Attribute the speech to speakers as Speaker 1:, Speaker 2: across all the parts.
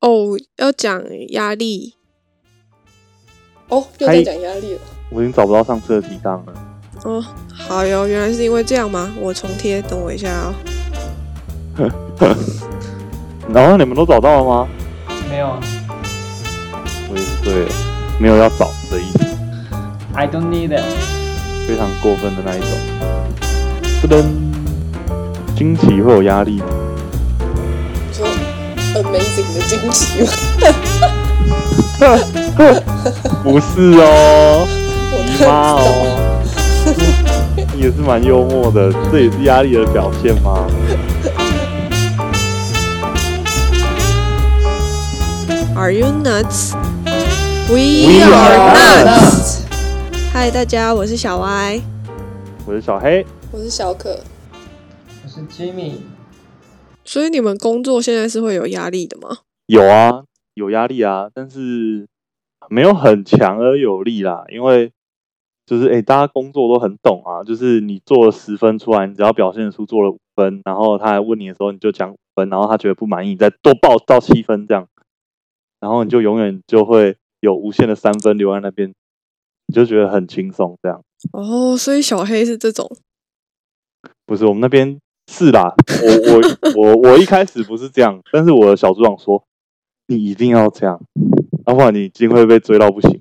Speaker 1: 哦，要讲压力，
Speaker 2: 哦，又在讲压力了。
Speaker 3: 我已经找不到上次的提纲了。
Speaker 1: 哦，好哟，原来是因为这样吗？我重贴，等我一下哦。
Speaker 3: 然后你们都找到了吗？
Speaker 4: 没有
Speaker 3: 我也是对了，没有要找的意思，
Speaker 4: ，I don't need it。
Speaker 3: 非常过分的那一种。噔噔，惊奇会有压力吗？
Speaker 2: 你说哦 amazing 的惊奇吗？
Speaker 3: 不是哦，
Speaker 2: 我
Speaker 3: 姨
Speaker 2: 看
Speaker 3: 妈哦，你也是蛮幽默的，这也是压力的表现吗？
Speaker 1: Are you nuts? We
Speaker 3: We
Speaker 1: are
Speaker 3: are
Speaker 1: nuts. 嗨，大家，我是小 Y。
Speaker 3: 我是小黑，
Speaker 2: 我是小可，
Speaker 4: 我是 Jimmy，
Speaker 1: 所以你们工作现在是会有压力的吗？
Speaker 3: 有啊，有压力啊，但是没有很强而有力啦，因为就是诶、大家工作都很懂啊，就是你做了十分出来，你只要表现得出做了五分，然后他来问你的时候，你就讲五分，然后他觉得不满意，你再多报到七分这样，然后你就永远就会有无限的三分留在那边，你就觉得很轻松这样。
Speaker 1: 哦，所以小黑是这种
Speaker 3: 不是我们那边是啦，我我我我一开始不是这样，但是我的小组长说你一定要这样，要不然你一定会被追到不行。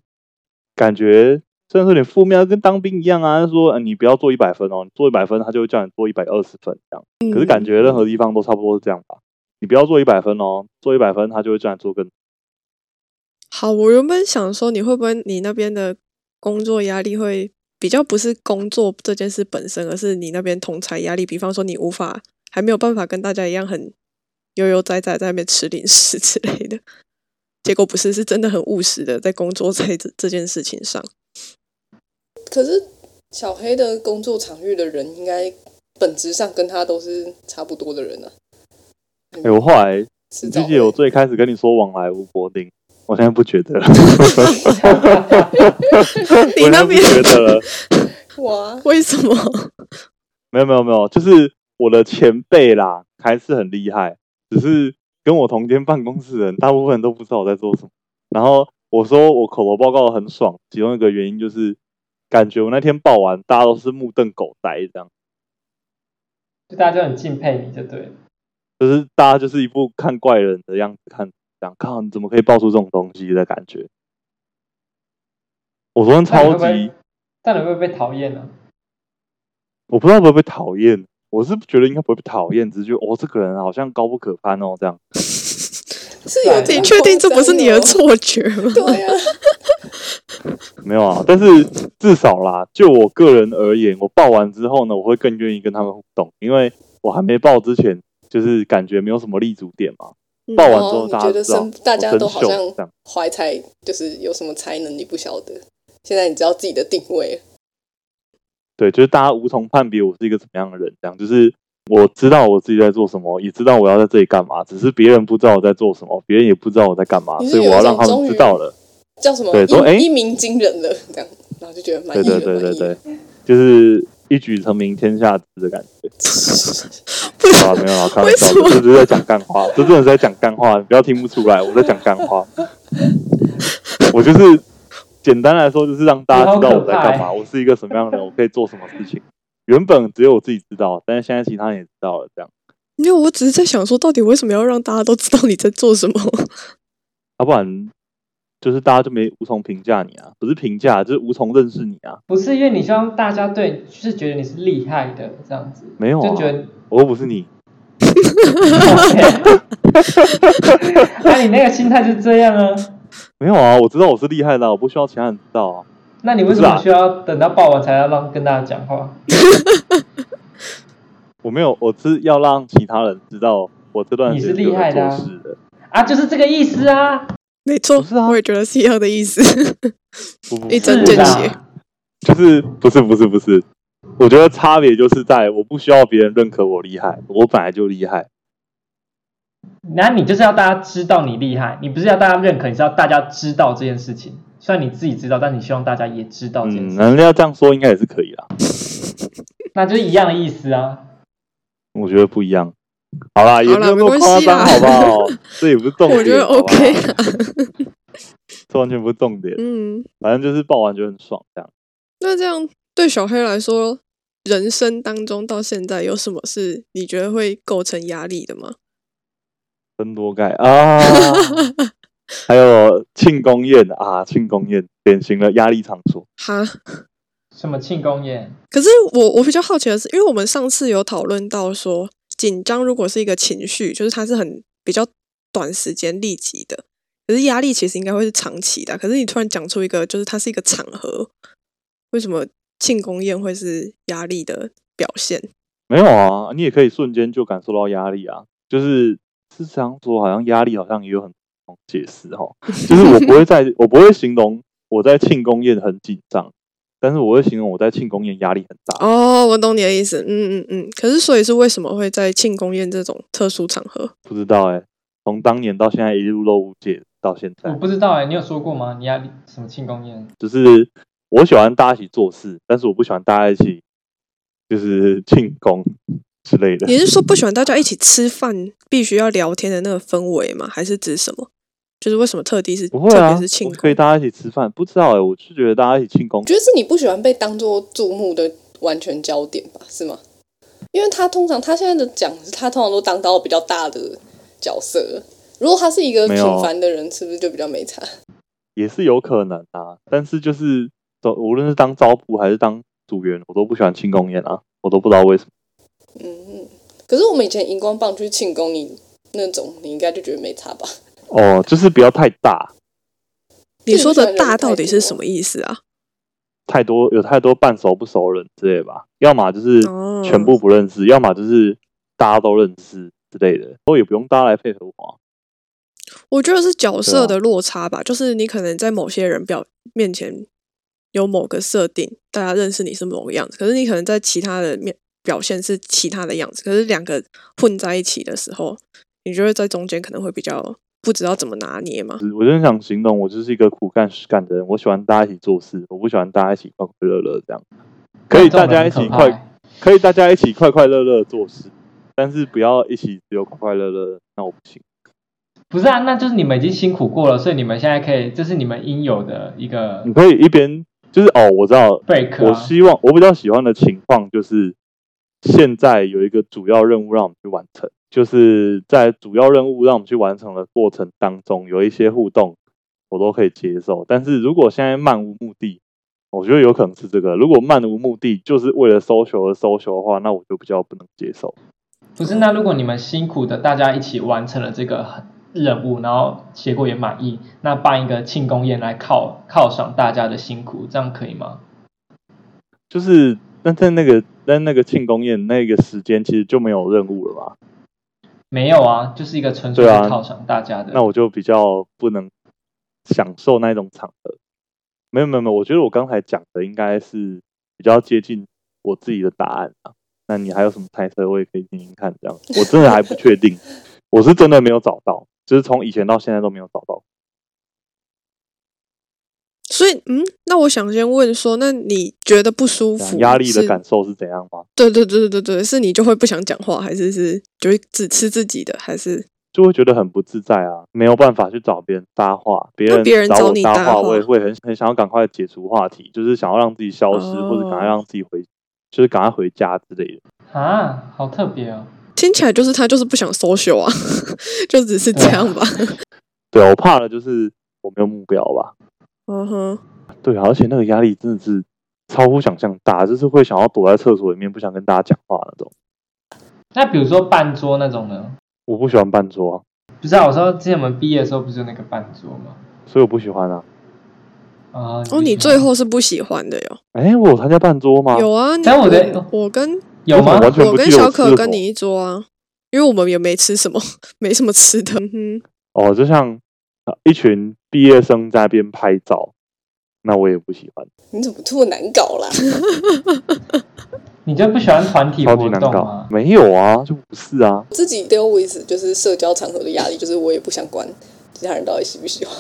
Speaker 3: 感觉虽然说有点负面，跟当兵一样啊，他说、呃你不要做一百分哦，你做一百分他就会叫你做一百二十分这样。
Speaker 1: 嗯
Speaker 3: 可是感觉任何地方都差不多是这样吧，你不要做一百分哦，做一百分他就会叫你做更多。
Speaker 1: 好。我原本想说，你会不会你那边的工作压力会比较不是工作这件事本身，而是你那边同才压力？比方说，你无法还没有办法跟大家一样很悠悠哉哉在那边吃零食之类的。结果不是，是真的很务实的在工作在这这件事情上。
Speaker 2: 可是小黑的工作场域的人，应该本质上跟他都是差不多的人啊。
Speaker 3: 哎、我后来
Speaker 2: 是
Speaker 3: 你记
Speaker 2: 这样
Speaker 3: 不记得我最开始跟你说往来无国定？我现在不觉得了，
Speaker 1: 你那
Speaker 3: 我
Speaker 1: 边
Speaker 3: 现在不觉得了。
Speaker 2: 哇，
Speaker 1: 为什么？
Speaker 3: 没有没有没有，就是我的前辈啦，还是很厉害，只是跟我同间办公室的人，大部分人都不知道我在做什么。然后我说我口头报告很爽，其中一个原因就是感觉我那天报完，大家都是目瞪口呆，这样
Speaker 4: 就大家就很敬佩你，就对了。
Speaker 3: 就是大家就是一副看怪人的样子看，想靠你怎么可以爆出这种东西的感觉。我昨天
Speaker 4: 那你
Speaker 3: 超
Speaker 4: 会不会
Speaker 3: 级，
Speaker 4: 但你会不会被讨厌呢？
Speaker 3: 我不知道会不会被讨厌，我是觉得应该不会被讨厌，只是觉得哦这个人好像高不可攀哦这样。
Speaker 2: 是有点
Speaker 1: 你确定这不是你的
Speaker 2: 夸张哦？
Speaker 1: 错觉吗？
Speaker 2: 对啊，
Speaker 3: 没有啊，但是至少啦，就我个人而言，我报完之后呢，我会更愿意跟他们互动，因为我还没报之前，就是感觉没有什么立足点嘛。
Speaker 1: 嗯
Speaker 3: 报完之后，
Speaker 2: 哦你
Speaker 3: 大
Speaker 2: 觉
Speaker 3: 家
Speaker 2: 得
Speaker 3: 知道
Speaker 2: 生大家
Speaker 3: 我
Speaker 2: 都
Speaker 3: 生
Speaker 2: 好
Speaker 3: 锈
Speaker 2: 像
Speaker 3: 这样，
Speaker 2: 怀才就是有什么才能你不晓得，现在你知道自己的定位了。
Speaker 3: 对，就是大家无从判别我是一个怎么样的人，这样就是我知道我自己在做什么，也知道我要在这里干嘛，只是别人不知道我在做什么，别人也不知道我在干嘛，
Speaker 2: 你是
Speaker 3: 所以我
Speaker 2: 有
Speaker 3: 要
Speaker 2: 一种
Speaker 3: 让他
Speaker 2: 终
Speaker 3: 们
Speaker 2: 于
Speaker 3: 知道了。
Speaker 2: 叫什么
Speaker 3: 对说诶
Speaker 2: 一一鸣惊人了这样，然后就觉得蛮
Speaker 3: 对
Speaker 2: 意的
Speaker 3: 对，对
Speaker 2: 蛮
Speaker 3: 对
Speaker 2: 意
Speaker 3: 对
Speaker 2: 的，
Speaker 3: 就是一举成名天下知的感觉。
Speaker 1: 不是
Speaker 3: 啊，没有啊，开玩
Speaker 1: 为
Speaker 3: 笑
Speaker 1: 什
Speaker 3: 的，
Speaker 1: 么
Speaker 3: 这只是在讲干话，这真的是在讲干话，你不要听不出来，我在讲干话。我就是简单来说，就是让大家知道我在干嘛，
Speaker 4: 你好可怕欸
Speaker 3: 我是一个什么样的人，我可以做什么事情。原本只有我自己知道，但是现在其他人也知道了，这样。
Speaker 1: 因为我只是在想说，到底为什么要让大家都知道你在做什么？
Speaker 3: 要、啊不然就是大家就没无从评价你啊，不是评价，就是无从认识你啊。
Speaker 4: 不是因为你希望大家对，就是觉得你是厉害的这样子，
Speaker 3: 没有啊
Speaker 4: 就觉得，
Speaker 3: 我又不是你，
Speaker 4: 那你那个心态就这样啊。
Speaker 3: 没有啊，我知道我是厉害的啊、我不需要其他人知道啊。
Speaker 4: 那你为什
Speaker 3: 不是
Speaker 4: 么
Speaker 3: 啊
Speaker 4: 需要等到报完才要让跟大家讲话？
Speaker 3: 我没有，我是要让其他人知道我这段
Speaker 4: 你
Speaker 3: 时
Speaker 4: 是
Speaker 3: 间
Speaker 4: 厉
Speaker 3: 有在
Speaker 4: 害的
Speaker 3: 做
Speaker 4: 啊
Speaker 3: 事的。
Speaker 4: 啊，就是这个意思啊，
Speaker 1: 没错，
Speaker 3: 不是啊
Speaker 1: 我也觉得是一样的意思。
Speaker 3: 不不
Speaker 1: 一
Speaker 3: 不
Speaker 1: 针
Speaker 4: 是
Speaker 1: 见
Speaker 4: 啦
Speaker 1: 血。
Speaker 3: 就是不是不是不是，我觉得差别就是在我不需要别人认可我厉害，我本来就厉害。
Speaker 4: 那你就是要大家知道你厉害，你不是要大家认可，你是要大家知道这件事情。虽然你自己知道，但你希望大家也知道这件
Speaker 3: 嗯，
Speaker 4: 事，
Speaker 3: 人家这样说应该也是可以啦。
Speaker 4: 那就是一样的意思啊。
Speaker 3: 我觉得不一样，好啦，也
Speaker 1: 好
Speaker 3: 没
Speaker 1: 啦
Speaker 3: 有那么
Speaker 1: 没
Speaker 3: 夸
Speaker 1: 关系
Speaker 3: 张，
Speaker 1: 啦
Speaker 3: 好不好？ 这也不是重点，
Speaker 1: 我觉得
Speaker 3: 好不好
Speaker 1: OK 啊，
Speaker 3: 这完全不是重点，
Speaker 1: 嗯，
Speaker 3: 反正就是抱完就很爽，这样。
Speaker 1: 那这样对小黑来说，人生当中到现在有什么是你觉得会构成压力的吗？
Speaker 3: 分多盖啊，还有庆功宴啊，庆功宴典型的压力场所。
Speaker 1: 哈，
Speaker 4: 什么庆功宴？
Speaker 1: 可是我我比较好奇的是，因为我们上次有讨论到说，紧张如果是一个情绪，就是它是很比较短时间立即的，可是压力其实应该会是长期的啊。可是你突然讲出一个，就是它是一个场合，为什么庆功宴会是压力的表现？
Speaker 3: 没有啊，你也可以瞬间就感受到压力啊。就是是这样说，好像压力好像也有很多解释 哈。就是我不会在，我不会形容我在庆功宴很紧张，但是我会形容我在庆功宴压力很大。
Speaker 1: 哦，我懂你的意思，嗯嗯嗯。可是所以是为什么会在庆功宴这种特殊场合？
Speaker 3: 不知道哎、从当年到现在一路都无解到现
Speaker 4: 我
Speaker 1: 嗯
Speaker 3: 在，
Speaker 4: 不知道哎、你有说过吗？你压力什么庆功宴？
Speaker 3: 就是我喜欢大家一起做事，但是我不喜欢大家一起就是庆功之类的。
Speaker 1: 你是说不喜欢大家一起吃饭必须要聊天的那个氛围吗？还是指什么？就是为什么特地是
Speaker 3: 不会
Speaker 1: 特
Speaker 3: 啊
Speaker 1: 别是，庆
Speaker 3: 我可以
Speaker 1: 功？
Speaker 3: 大家一起吃饭，不知道哎、我是觉得大家一起庆功
Speaker 2: 我觉得是你不喜欢被当做注目的完全焦点吧，是吗？因为他通常他现在的讲，他通常都当到比较大的角色。如果他是一个
Speaker 3: 没
Speaker 2: 平
Speaker 3: 有
Speaker 2: 凡的人，是不是就比较没差？
Speaker 3: 也是有可能啊，但是就是走，无论是当招募还是当组员，我都不喜欢庆功宴啊，我都不知道为什么。
Speaker 2: 嗯嗯。可是我们以前荧光棒去庆功你那种，你应该就觉得没差吧？
Speaker 3: 哦，就是不要太大，
Speaker 1: 你说的大到
Speaker 2: 哎
Speaker 1: 底是什么意思啊？
Speaker 3: 太多有太多半熟不熟人之类吧，要么就是
Speaker 1: 哦
Speaker 3: 全部不认识，要么就是大家都认识之类的，我也不用大家来配合我啊、
Speaker 1: 我觉得是角
Speaker 3: 对
Speaker 1: 色
Speaker 3: 啊
Speaker 1: 的落差吧，就是你可能在某些人表面前有某个设定，大家认识你是某个样子，可是你可能在其他的面表现是其他的样子，可是两个混在一起的时候，你就会在中间可能会比较不知道怎么拿捏嘛。
Speaker 3: 我真的想形容，我就是一个苦干实干的人，我喜欢大家一起做事，我不喜欢大家一起快快乐乐这样，可以
Speaker 4: 这种
Speaker 3: 大
Speaker 4: 人
Speaker 3: 家一
Speaker 4: 很可
Speaker 3: 起
Speaker 4: 怕
Speaker 3: 快
Speaker 4: 欸，
Speaker 3: 可以大家一起快快乐乐地做事，但是不要一起只有快快乐乐，那我不行。
Speaker 4: 不是啊，那就是你们已经辛苦过了，所以你们现在可以，这是你们应有的一个
Speaker 3: 你可以一边就是哦，我知道，
Speaker 4: break 啊、
Speaker 3: 嗯我希望我比较喜欢的情况就是现在有一个主要任务让我们去完成，就是在主要任务让我们去完成的过程当中有一些互动，我都可以接受。但是如果现在漫无目的，我觉得有可能是这个。如果漫无目的就是为了 social 而 social 的话，那我就比较不能接受。
Speaker 4: 不是，那如果你们辛苦的大家一起完成了这个任务，然后结果也满意，那办一个庆功宴来犒犒赏大家的辛苦，这样可以吗？
Speaker 3: 就是但在那个在那个庆功宴那个时间，其实就没有任务了嘛。
Speaker 4: 没有啊，就是一个纯粹
Speaker 3: 对
Speaker 4: 的
Speaker 3: 啊
Speaker 4: 犒赏大家的。
Speaker 3: 那我就比较不能享受那种场合。没有没有没有，我觉得我刚才讲的应该是比较接近我自己的答案啊。那你还有什么猜测？我也可以听听看。这样，我真的还不确 定，我是真的没有找到，就是从以前到现在都没有找到。
Speaker 1: 所以，嗯，那我想先问说，那你觉得不舒
Speaker 3: 这样
Speaker 1: 服、
Speaker 3: 啊压力的感
Speaker 1: 觉？
Speaker 3: 受是怎样吗？
Speaker 1: 对对对对对，是你就会不想讲话，还是是就会只吃自己的，还是
Speaker 3: 就会觉得很不自在啊，没有办法去找别人搭话，别人
Speaker 1: 别人
Speaker 3: 找
Speaker 1: 找
Speaker 3: 我
Speaker 1: 你
Speaker 3: 搭
Speaker 1: 搭
Speaker 3: 话，
Speaker 1: 话
Speaker 3: 我也会很很想要赶快解除话题，就是想要让自己消失，或者赶快
Speaker 1: 哦
Speaker 3: 让自己回，就是赶快回家之类的。
Speaker 4: 啊，好特别哦。
Speaker 1: 听起来就是他就是不想 social 啊， 就只是这样吧。
Speaker 3: 对，我怕的就是我没有目标吧。
Speaker 1: 嗯哼，
Speaker 3: 对啊，而且那个压力真的是超乎想象大，就是会想要躲在厕所里面，不想跟大家讲话那种。
Speaker 4: 那比如说半桌那种呢？
Speaker 3: 我不喜欢办桌啊、
Speaker 4: 不是啊，我说之前我们毕业的时候不是有那个半桌吗？
Speaker 3: 所以我不喜欢啊。
Speaker 4: 啊，
Speaker 1: 哦，你最后是不喜欢的哟？
Speaker 3: 哎，我有参加办桌吗？
Speaker 1: 有啊，你
Speaker 4: 但我的
Speaker 1: 我我跟
Speaker 4: 有吗
Speaker 3: 我？完全
Speaker 1: 我
Speaker 3: 不
Speaker 1: 跟
Speaker 3: 记得
Speaker 1: 小
Speaker 3: 我吃了
Speaker 1: 可
Speaker 3: 什
Speaker 1: 跟
Speaker 3: 么
Speaker 1: 你一桌啊，因为我们也没吃什么，没什么吃的。嗯哼，
Speaker 3: 哦，就像呃一群毕业生在那边拍照，那我也不喜欢。
Speaker 2: 你怎么这么难搞啦？
Speaker 4: 你就不喜欢团体
Speaker 3: 超
Speaker 4: 活
Speaker 3: 级难
Speaker 4: 动
Speaker 3: 搞
Speaker 4: 吗，？
Speaker 3: 没有啊，就不是啊。
Speaker 2: 自己 deal with 就是社交场合的压力，就是我也不想管其他人到底喜不喜欢。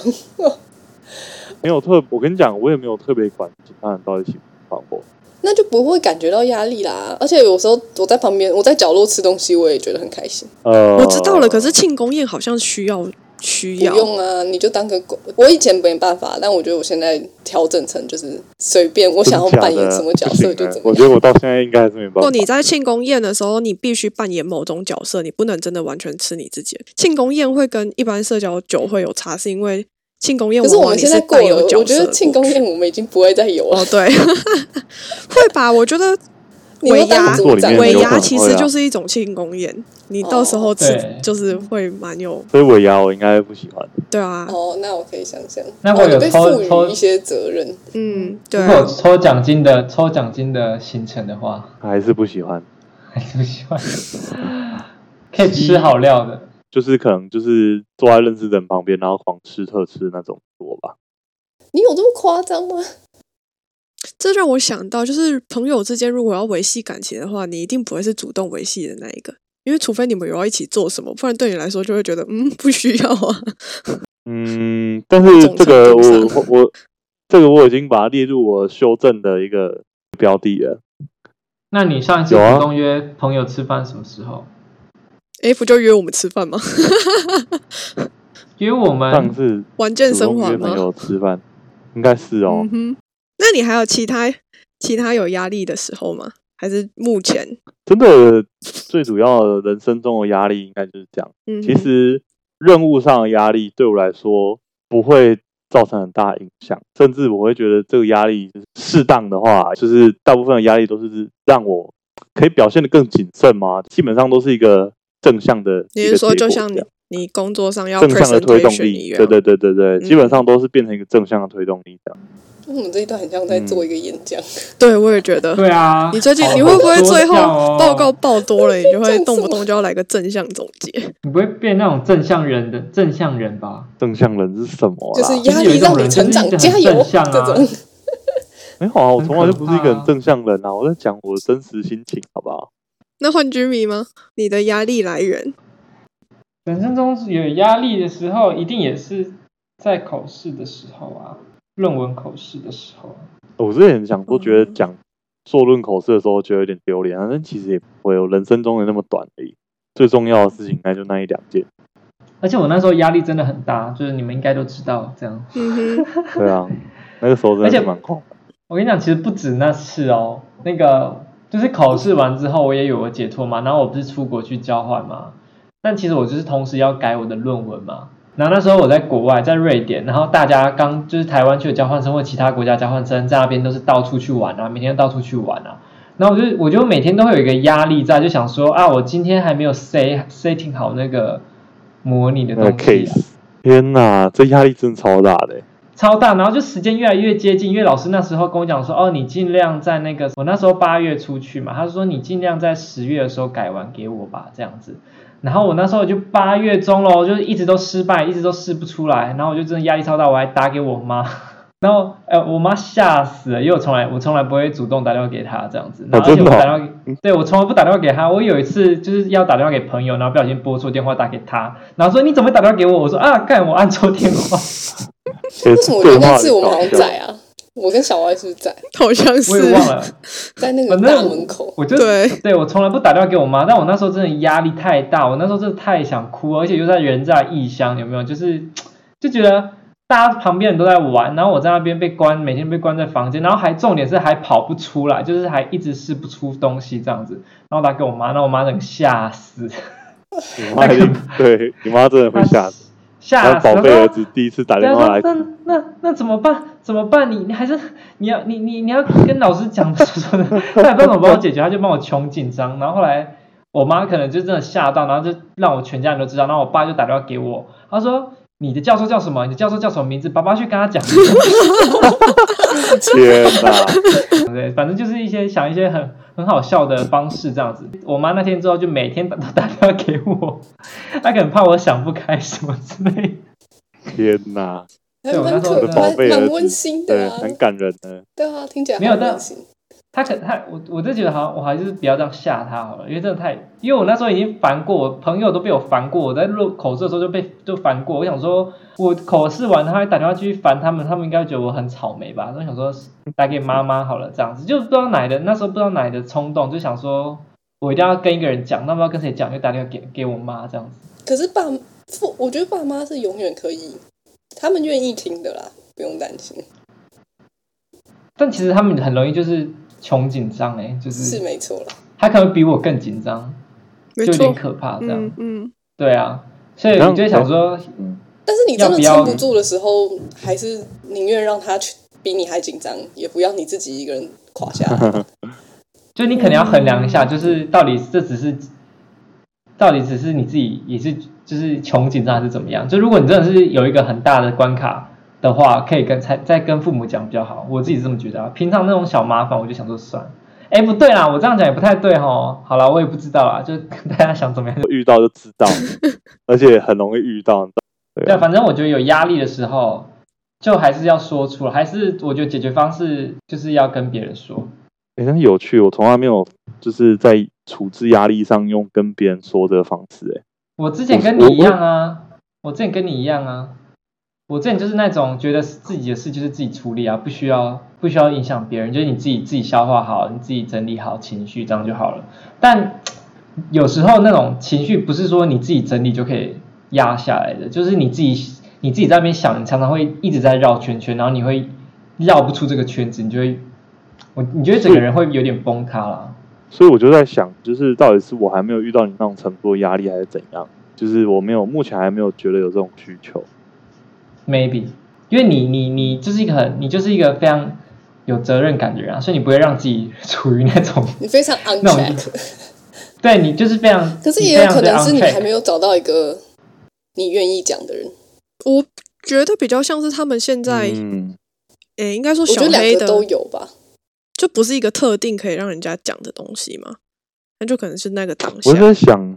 Speaker 3: 没有特，我跟你讲，我也没有特别管其他人到底喜不喜欢我，
Speaker 2: 那就不会感觉到压力啦。而且有时候我在旁边，我在角落吃东西，我也觉得很开心。
Speaker 3: 呃，
Speaker 1: 我知道了，可是庆功宴好像需要需
Speaker 2: 不
Speaker 1: 要，
Speaker 2: 用啊，你就当个狗。我以前没办法，但我觉得我现在调整成就是随便，我
Speaker 3: 真
Speaker 2: 想
Speaker 3: 的
Speaker 2: 要
Speaker 3: 假
Speaker 2: 扮演
Speaker 3: 的
Speaker 2: 什么角
Speaker 3: 不
Speaker 2: 色
Speaker 3: 行
Speaker 2: 就
Speaker 3: 欸
Speaker 2: 怎么
Speaker 3: 我
Speaker 2: 样。
Speaker 3: 觉得我到现在应该还是没
Speaker 1: 如果
Speaker 3: 办法。
Speaker 1: 哦你在庆功宴的时候，你必须扮演某种角色，你不能真的完全吃你自己。庆功宴会跟一般社交酒会有差，是因为庆功宴
Speaker 2: 可是
Speaker 1: 往
Speaker 2: 我
Speaker 1: 往
Speaker 2: 们
Speaker 1: 你
Speaker 2: 现在过
Speaker 1: 带有
Speaker 2: 了，
Speaker 1: 角
Speaker 2: 我觉
Speaker 1: 色
Speaker 2: 得
Speaker 1: 的
Speaker 2: 庆
Speaker 1: 过
Speaker 2: 功
Speaker 1: 去
Speaker 2: 宴我们已经不会再有
Speaker 1: 哦，
Speaker 2: 了。
Speaker 1: 对， 会吧？我觉得
Speaker 2: 你会
Speaker 1: 尾
Speaker 2: 当
Speaker 1: 牙
Speaker 2: 组长
Speaker 3: 有
Speaker 1: 尾
Speaker 3: 可
Speaker 1: 牙
Speaker 3: 能
Speaker 1: 其
Speaker 3: 会
Speaker 1: 实
Speaker 3: 啊
Speaker 1: 就是一种庆功宴，你到时候吃
Speaker 4: 对
Speaker 1: 就是会蛮有
Speaker 3: 所以尾牙我应该不喜欢。
Speaker 1: 对啊，
Speaker 2: 哦，那我可以想象，
Speaker 4: 那
Speaker 2: 哦
Speaker 4: 会
Speaker 2: 你
Speaker 4: 有
Speaker 2: 被
Speaker 4: 偷
Speaker 2: 赋
Speaker 4: 偷
Speaker 2: 予一些责任。
Speaker 1: 嗯，对
Speaker 4: 如果有
Speaker 1: 啊，
Speaker 4: 抽奖金的抽奖金的行程的话，
Speaker 3: 还是不喜欢，
Speaker 4: 还是不喜欢。可以吃好料的，
Speaker 3: 就是可能就是坐在认识的人旁边，然后狂吃特吃那种多吧。
Speaker 2: 你有这么夸张吗？
Speaker 1: 这让我想到，就是朋友之间如果要维系感情的话，你一定不会是主动维系的那一个，因为除非你们有要一起做什么，不然对你来说就会觉得嗯不需要啊。
Speaker 3: 嗯，但是这个
Speaker 1: 某种程度
Speaker 3: 我我我这个我已经把它列入我修正的一个标的了。
Speaker 4: 那你上一次
Speaker 3: 有啊
Speaker 4: 主动约朋友吃饭什么时候？
Speaker 1: 诶，不就约我们吃饭吗？
Speaker 4: 因为我们
Speaker 3: 上次
Speaker 1: 玩健
Speaker 3: 主
Speaker 1: 身
Speaker 3: 动约
Speaker 1: 环
Speaker 3: 朋
Speaker 1: 吗？
Speaker 3: 友吃饭，应该是哦
Speaker 1: 嗯。哼，那你还有其他其他有压力的时候吗？还是目前？
Speaker 3: 真的最主要的人生中的压力应该就是这样。
Speaker 1: 嗯哼，
Speaker 3: 其实任务上的压力对我来说不会造成很大影响，甚至我会觉得这个压力就是适当的话，就是大部分的压力都是让我可以表现得更谨慎嘛，基本上都是一个正向的
Speaker 1: 你
Speaker 3: 一
Speaker 1: 是
Speaker 3: 个
Speaker 1: 说
Speaker 3: 结
Speaker 1: 就
Speaker 3: 果
Speaker 1: 像
Speaker 3: 这
Speaker 1: 你
Speaker 3: 样
Speaker 1: 你工作上要
Speaker 3: 正向的推动
Speaker 1: presentation 一
Speaker 3: 力，
Speaker 1: 样，
Speaker 3: 对对对对对，基本
Speaker 1: 啊嗯
Speaker 3: 上都是变成一个正向的推动力这样。
Speaker 2: 我们这一段很像在做一个演讲，
Speaker 1: 对，我也觉得。
Speaker 4: 对啊，
Speaker 1: 你最近
Speaker 4: 好
Speaker 1: 你会不会
Speaker 4: 好
Speaker 1: 最后
Speaker 4: 说教哦
Speaker 1: 报告报多了，你就会
Speaker 2: 讲
Speaker 1: 动
Speaker 2: 什
Speaker 1: 不
Speaker 2: 么
Speaker 1: 动就要来个正向总结？
Speaker 4: 你不会变那种正向人的正向人吧？
Speaker 3: 正向人是什么啊
Speaker 2: 就是
Speaker 3: 啦？
Speaker 2: 压
Speaker 4: 就是有
Speaker 2: 力
Speaker 4: 一种
Speaker 2: 让
Speaker 4: 人
Speaker 2: 你
Speaker 4: 就是
Speaker 2: 成长
Speaker 4: 一，直很
Speaker 2: 加油
Speaker 4: 正向啊
Speaker 2: 这种。
Speaker 3: 没有啊，我
Speaker 4: 很
Speaker 3: 从来就
Speaker 4: 可
Speaker 3: 不是一个
Speaker 4: 怕
Speaker 3: 很
Speaker 4: 啊
Speaker 3: 正向人啊，我在讲我的真实心情，好不好？
Speaker 1: 那换居民吗？你的压力来 源？
Speaker 4: 人生中有压力的时候，一定也是在考试的时候啊，论文考试的时候啊。
Speaker 3: 我之前想说，觉得
Speaker 1: 嗯
Speaker 3: 讲做论口试的时候觉得有点丢脸啊，但其实也不会有人生中的那么短而已。最重要的事情应该就那一两件，
Speaker 4: 而且我那时候压力真的很大，就是你们应该都知道这样。
Speaker 1: 嗯哼，
Speaker 3: 对啊，那个时候真的
Speaker 4: 而
Speaker 3: 是
Speaker 4: 且
Speaker 3: 蛮恐的。
Speaker 4: 我跟你讲，其实不止那次哦，那个就是考试完之后，我也有了解脱嘛，然后我不是出国去交换嘛，但其实我就是同时要改我的论文嘛。然后那时候我在国外，在瑞典，然后大家刚就是台湾去的交换生或其他国家交换生在那边都是到处去玩啊，每天到处去玩啊。然后我就我就每天都会有一个压力在，就想说啊，我今天还没有 set setting 好那个模拟的
Speaker 3: 那个
Speaker 4: 东西、啊，
Speaker 3: case，天哪，这压力真的超大的欸、
Speaker 4: 超大，然后就时间越来越接近，因为老师那时候跟我讲说，哦，你尽量在那个，我那时候八月出去嘛，他说你尽量在十月的时候改完给我吧，这样子。然后我那时候就八月中咯，就是一直都失败，一直都试不出来，然后我就真的压力超大，我还打给我妈， 然后呃，我妈吓死了，因为我从来我从来不会主动打电话给她这样子，然后而且
Speaker 3: 真
Speaker 4: 我
Speaker 3: 的哦
Speaker 4: 打电话给，对我从来不打电话给她，我有一次就是要打电话给朋友，然后不小心拨错电话打给她，然后说你怎么会打电话给我？我说啊，干我按错电话。
Speaker 3: 为
Speaker 2: 为什么我觉得那次我们好像在啊？我跟小歪是不是在
Speaker 1: 好像是
Speaker 4: 我。也忘了，
Speaker 2: 在那个
Speaker 4: 反
Speaker 2: 大
Speaker 4: 正
Speaker 2: 门口？
Speaker 4: 我就
Speaker 1: 对
Speaker 4: 我从来不打电话给我妈，但我那时候真的压力太大，我那时候真的太想哭，而且又在人在异乡，有没有？就是就觉得大家旁边人都在玩，然后我在那边被关，每天被关在房间，然后还重点是还跑不出来，就是还一直试不出东西这样子，然后打给我妈，然后我妈整个吓死，
Speaker 3: 你妈一定对你妈真的会吓死。
Speaker 4: 吓
Speaker 3: 然后
Speaker 4: 死，
Speaker 3: 宝贝
Speaker 4: 然后
Speaker 3: 儿子第一次打
Speaker 4: 对
Speaker 3: 电
Speaker 4: 啊，
Speaker 3: 话来，
Speaker 4: 那那那怎么办？怎么办？你你还是你要你你你要跟老师讲说的， 他也不知道怎么帮我解决，他就帮我穷紧张。然后后来我妈可能就真的吓到，然后就让我全家人都知道。然后我爸就打电话给我，他说你的教授叫什么？你的教授叫什么名字？爸爸去跟他讲。
Speaker 3: 天哪！
Speaker 4: 对，反正就是一些想一些很很好笑的方式这样子。我妈那天之后就每天打都打电话给我，她可能怕我想不开什么之类的。
Speaker 3: 天哪！
Speaker 2: 还
Speaker 4: 对我那
Speaker 2: 蛮
Speaker 4: 时候
Speaker 2: 可
Speaker 4: 真的
Speaker 3: 宝
Speaker 2: 蛮
Speaker 3: 贝儿
Speaker 2: 蛮
Speaker 3: 子
Speaker 2: 温馨
Speaker 3: 对，
Speaker 2: 的啊，
Speaker 3: 很感人的。
Speaker 2: 对啊，听起来
Speaker 4: 没有
Speaker 2: 很
Speaker 4: 但
Speaker 2: 温馨。
Speaker 4: 他可他我我就觉得好像我还是不要这样吓他好了，因为真的太，因为我那时候已经烦过，我朋友都被我烦过，我在录口试的时候就被就烦过，我想说我口试完他还打电话去烦他们，他们应该觉得我很草莓吧，我想说打给妈妈好了这样子，就不知道哪来的那时候不知道哪来的冲动，就想说我一定要跟一个人讲，那不知道跟谁讲，就打电话给给我妈这样子。
Speaker 2: 可是爸父，我觉得爸妈是永远可以，他们愿意听的啦，不用担心。
Speaker 4: 但其实他们很容易就是穷紧张哎，就是
Speaker 2: 没错啦。
Speaker 4: 他可能比我更紧张，
Speaker 1: 没
Speaker 4: 就有点
Speaker 1: 错，
Speaker 4: 可怕这样。
Speaker 1: 嗯嗯，
Speaker 4: 对啊，所以
Speaker 3: 然
Speaker 4: 你
Speaker 3: 后
Speaker 4: 就会想说，
Speaker 3: 嗯，
Speaker 2: 但是你真的
Speaker 4: 要不要
Speaker 2: 撑不住的时候，还是宁愿让他去比你还紧张，也不要你自己一个人垮下来。
Speaker 4: 就你可能要衡量一下，就是到底这只是，到底只是你自己也是就是穷紧张还是怎么样？就如果你真的是有一个很大的关卡的话，可以跟才再跟父母讲比较好。我自己是这么觉得啊。平常那种小麻烦，我就想说算了。哎，不对啦，我这样讲也不太对哦。好啦，我也不知道啦，就是大家想怎么样就
Speaker 3: 遇到就知道，而且很容易遇到。对
Speaker 4: 对，
Speaker 3: 啊，
Speaker 4: 反正我觉得有压力的时候，就还是要说出来，还是我觉得解决方式就是要跟别人说。
Speaker 3: 哎、真有趣，我从来没有就是在处置压力上用跟别人说的方式、诶
Speaker 4: 我之前跟你一样啊，我之前跟你一样啊，我之前就是那种觉得自己的事就是自己处理啊，不需要不需要影响别人，就是你自己自己消化好，你自己整理好情绪，这样就好了。但有时候那种情绪不是说你自己整理就可以压下来的，就是你自己你自己在那边想，你常常会一直在绕圈圈，然后你会绕不出这个圈子，你就会我你觉得整个人会有点崩塌啦。
Speaker 3: 所以我就在想，就是到底是我还没有遇到你那种程度的压力，还是怎样？就是我没有，目前还没有觉得有这种需求。
Speaker 4: maybe，因为你你你就是一个很你就是一个非常有责任感的人啊，所以你不会让自己 处于那种
Speaker 2: 你非常 on
Speaker 4: 那我
Speaker 2: track，
Speaker 4: 对你就是非常，
Speaker 2: 可是也有可能是你还没
Speaker 4: 有
Speaker 2: 有找到一个你愿意讲的人。
Speaker 1: 我觉得比较像是他们现在，诶、
Speaker 3: 嗯，
Speaker 1: 应该说
Speaker 2: 我觉
Speaker 1: 小
Speaker 2: 得
Speaker 1: 黑
Speaker 2: 两个
Speaker 1: 的
Speaker 2: 都有吧。
Speaker 1: 就不是一个特定可以让人家讲的东西嘛，那就可能是那个当下
Speaker 3: 我是。在想，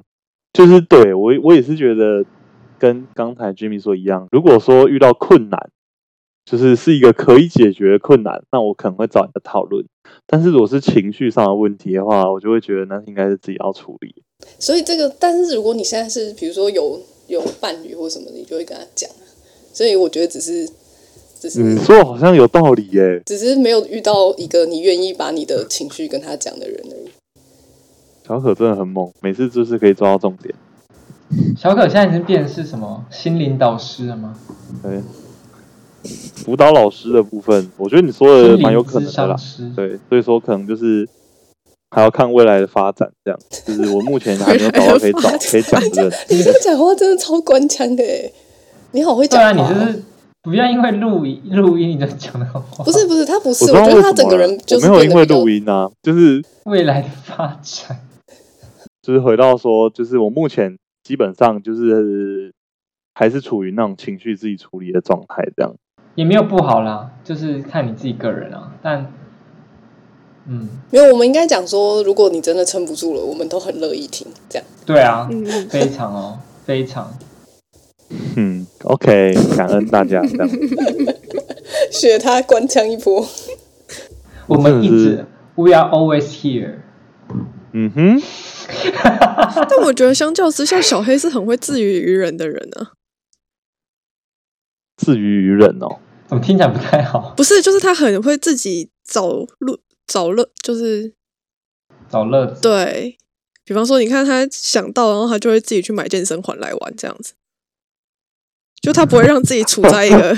Speaker 3: 就是对我我也是觉得跟刚才 Jimmy 说一样，如果说遇到困难，就是是一个可以解决的困难，那我可能会找你的讨论。但是如果是情绪上的问题的话，我就会觉得那应该是自己要处理。
Speaker 2: 所以这个，但是如果你现在是比如说有有伴侣或什么的，你就会跟他讲啊。所以我觉得只是只是、
Speaker 4: 嗯
Speaker 3: 你说的好像有道理耶、
Speaker 2: 只是没有遇到一个你愿意把你的情绪跟他讲的人而已。
Speaker 3: 小可真的很猛，每次就是可以抓到重点。
Speaker 4: 小可现在已经变成是什么心灵导师了吗？
Speaker 3: 对，哎辅导老师的部分，我觉得你说
Speaker 4: 心
Speaker 3: 的
Speaker 4: 灵
Speaker 3: 呃蛮有可
Speaker 4: 咨
Speaker 3: 能的啦
Speaker 4: 商。师，
Speaker 3: 对，所以说可能就是还要看未来的发展，这样。就是我目前还没有找到可以 找可以讲的人。
Speaker 2: 你这样讲话真的超官腔的哎，你好会
Speaker 4: 对
Speaker 2: 讲
Speaker 4: 啊，你
Speaker 2: 话哦。
Speaker 4: 就是不要因为录音录音你就讲那种话，
Speaker 2: 不是不是，他不是，
Speaker 3: 我知道
Speaker 2: 我觉
Speaker 3: 为什
Speaker 2: 得他整
Speaker 3: 么
Speaker 2: 个
Speaker 3: 了
Speaker 2: 人就是
Speaker 3: 我没有
Speaker 2: 变
Speaker 3: 因
Speaker 2: 得
Speaker 3: 为
Speaker 2: 比较
Speaker 3: 录音啊，就是
Speaker 4: 未来的发展。
Speaker 3: 就是回到说，就是我目前基本上就是还是处于那种情绪自己处理的状态，这样。
Speaker 4: 也没有不好啦，就是看你自己个人啊。但，嗯，
Speaker 2: 没有，我们应该讲说，如果你真的撑不住了，我们都很乐意听。这样，
Speaker 4: 对啊，
Speaker 1: 嗯嗯，
Speaker 4: 非常哦，非常。
Speaker 3: 嗯，OK，感恩大家这样。
Speaker 2: 学他官腔一波。
Speaker 4: 我们一
Speaker 3: 真的
Speaker 4: 直
Speaker 3: 是
Speaker 4: ，We are always here。
Speaker 3: 嗯哼，
Speaker 1: 但我觉得相较之下，小黑是很会自娱于人的人啊。
Speaker 3: 自娱于人哦。
Speaker 4: 怎么听起来不太好？
Speaker 1: 不是，就是他很会自己找路找乐，就是
Speaker 4: 找乐子。
Speaker 1: 对。比方说，你看他想到，然后他就会自己去买健身环来玩，这样子。就他不会让自己处在一 个，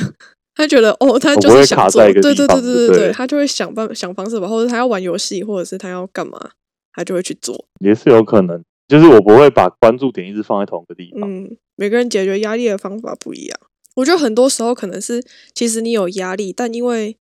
Speaker 1: 他觉得哦，他
Speaker 3: 我
Speaker 1: 就
Speaker 3: 不会
Speaker 1: 是想
Speaker 3: 卡
Speaker 1: 做，
Speaker 3: 在一
Speaker 1: 对
Speaker 3: 个
Speaker 1: 对对
Speaker 3: 地方
Speaker 1: 对
Speaker 3: 就
Speaker 1: 对
Speaker 3: 对了
Speaker 1: 对，他就会想办想方设法，或者他要玩游戏，或者是他要干嘛，他就会去做。
Speaker 3: 也是有可能，就是我不会把关注点一直放在同一个地方。
Speaker 1: 嗯，每个人解决压力的方法不一样。我觉得很多时候可能是，其实你有压力，但因为，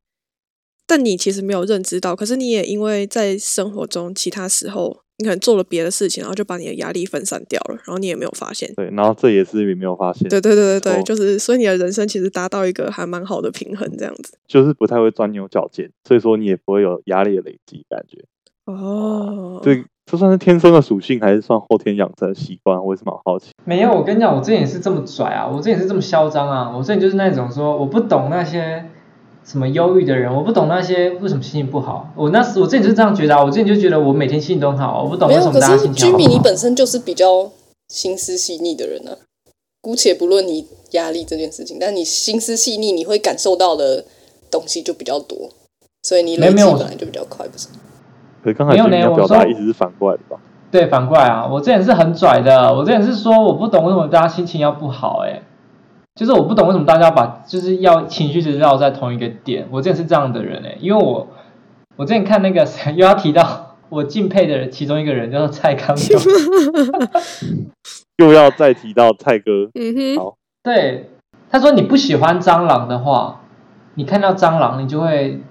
Speaker 1: 但你其实没有认知到，可是你也因为在生活中其他时候，你可能做了别的事情，然后就把你的压力分散掉了，然后你也没有发现。
Speaker 3: 对，然后这也是你没有发现，
Speaker 1: 对对对对
Speaker 3: 没
Speaker 1: 对，
Speaker 3: 错
Speaker 1: 就是所以你的人生其实达到一个还蛮好的平衡，这样子。
Speaker 3: 就是不太会钻牛角尖，所以说你也不会有压力的累积感觉。
Speaker 1: 哦，
Speaker 3: 这这算是天生的属性，还是算后天养成的习惯？我也是蛮好奇。
Speaker 4: 没有，我跟你讲，我之前也是这么拽啊，我之前也是这么嚣张啊，我之前就是那种说我不懂那些什么忧郁的人，我不懂那些为什么心情不好。我那时我之前就是这样觉得啊，我之前就觉得我每天心情都很好，我不懂
Speaker 2: 没
Speaker 4: 为什
Speaker 2: 有，
Speaker 4: 么
Speaker 2: 可
Speaker 4: 大家
Speaker 2: 是
Speaker 4: 心情好
Speaker 2: 居
Speaker 4: 不
Speaker 2: 米你
Speaker 4: 好。
Speaker 2: 本身就是比较心思细腻的人啊。姑且不论你压力这件事情，但你心思细腻，你会感受到的东西就比较多，所以你累积
Speaker 4: 没有没有
Speaker 2: 本来就比较快，不是？
Speaker 3: 可是刚才
Speaker 4: 没有
Speaker 3: 你
Speaker 4: 嘞
Speaker 3: 要
Speaker 4: 我
Speaker 3: 表达
Speaker 4: 说
Speaker 3: 意思是反过来的吧？
Speaker 4: 对，反过来啊，我之前是很拽的，我之前是说我不懂为什么大家心情要不好、欸，就是我不懂为什么大家把就是要情绪只绕在同一个点，我之前是这样的人、欸，因为我我之前看那个 谁又要提到我敬佩的人，其中一个人叫做蔡康永，
Speaker 3: 又要再提到蔡哥，
Speaker 1: 嗯哼，
Speaker 3: 好，
Speaker 4: 对，他说你不喜欢蟑螂的话，你看到蟑螂你就会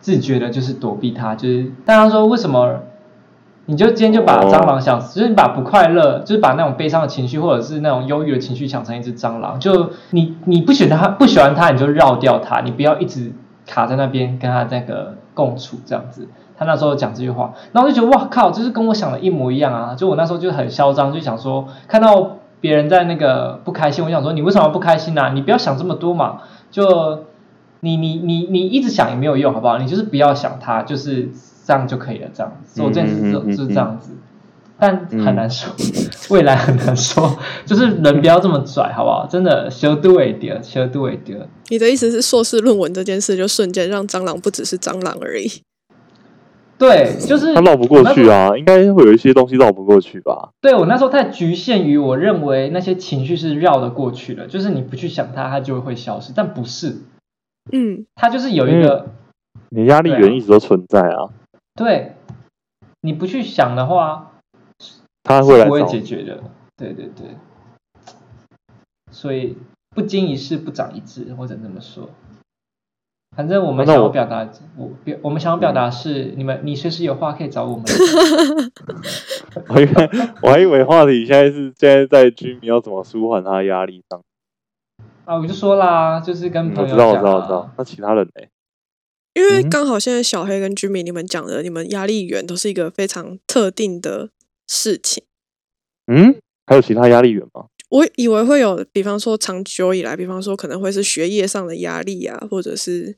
Speaker 4: 自觉的就是躲避它，就是但他说为什么？你就今天就把蟑螂想，就是你把不快乐，就是把那种悲伤的情绪或者是那种忧郁的情绪想成一只蟑螂，就你你不喜欢它，不喜欢它你就绕掉它，你不要一直卡在那边跟它那个共处这样子。他那时候讲这句话，然后我就觉得哇靠，就是跟我想的一模一样啊！就我那时候就很嚣张，就想说看到别人在那个不开心，我想说你为什么不开心啊？你不要想这么多嘛，就你你你你一直想也没有用，好不好？你就是不要想它，就是这样就可以了，这样子。所以我这次
Speaker 3: 嗯嗯嗯嗯嗯
Speaker 4: 是就是这样子，但很难说，未来很难说，就是人不要这么拽，好不好？真的，修度为德，修度为德。
Speaker 1: 你的意思是硕士论文这件事就瞬间让蟑螂不只是蟑螂而已？
Speaker 4: 对，就是
Speaker 3: 他绕不过去啊，应该会有一些东西绕不过去吧？
Speaker 4: 对我那时候太局限于我认为那些情绪是绕得过去的，就是你不去想它，它就会消失。但不是，
Speaker 1: 嗯，
Speaker 4: 它就是有一
Speaker 3: 嗯
Speaker 4: 个、
Speaker 3: 你压力
Speaker 4: 对啊
Speaker 3: 源一直都存在啊，
Speaker 4: 对，你不去想的话，
Speaker 3: 他会来
Speaker 4: 不会
Speaker 3: 找
Speaker 4: 解
Speaker 3: 你。
Speaker 4: 决的。对对对，所以不经一事不长一智，或者这么说。反正我们
Speaker 3: 哦那
Speaker 4: 想
Speaker 3: 我嗯
Speaker 4: 要表达，我表我们想要表达是，你们你随时有话可以找我 们。
Speaker 3: 我以为 我还以为话题现在是现在在居民要怎么舒缓他的压力上。
Speaker 4: 啊，我就说啦，就是跟
Speaker 3: 嗯我
Speaker 4: 朋
Speaker 3: 知
Speaker 4: 友
Speaker 3: 道，
Speaker 4: 讲、啊
Speaker 3: 我知道，我知道。那其他人呢？
Speaker 1: 因为
Speaker 3: 嗯
Speaker 1: 刚好现在小黑跟居民你们讲的，你们压力源都是一个非常特定的事情。
Speaker 3: 嗯，还有其他压力源吗？
Speaker 1: 我以为会有，比方说长久以来，比方说可能会是学业上的压力啊，或者是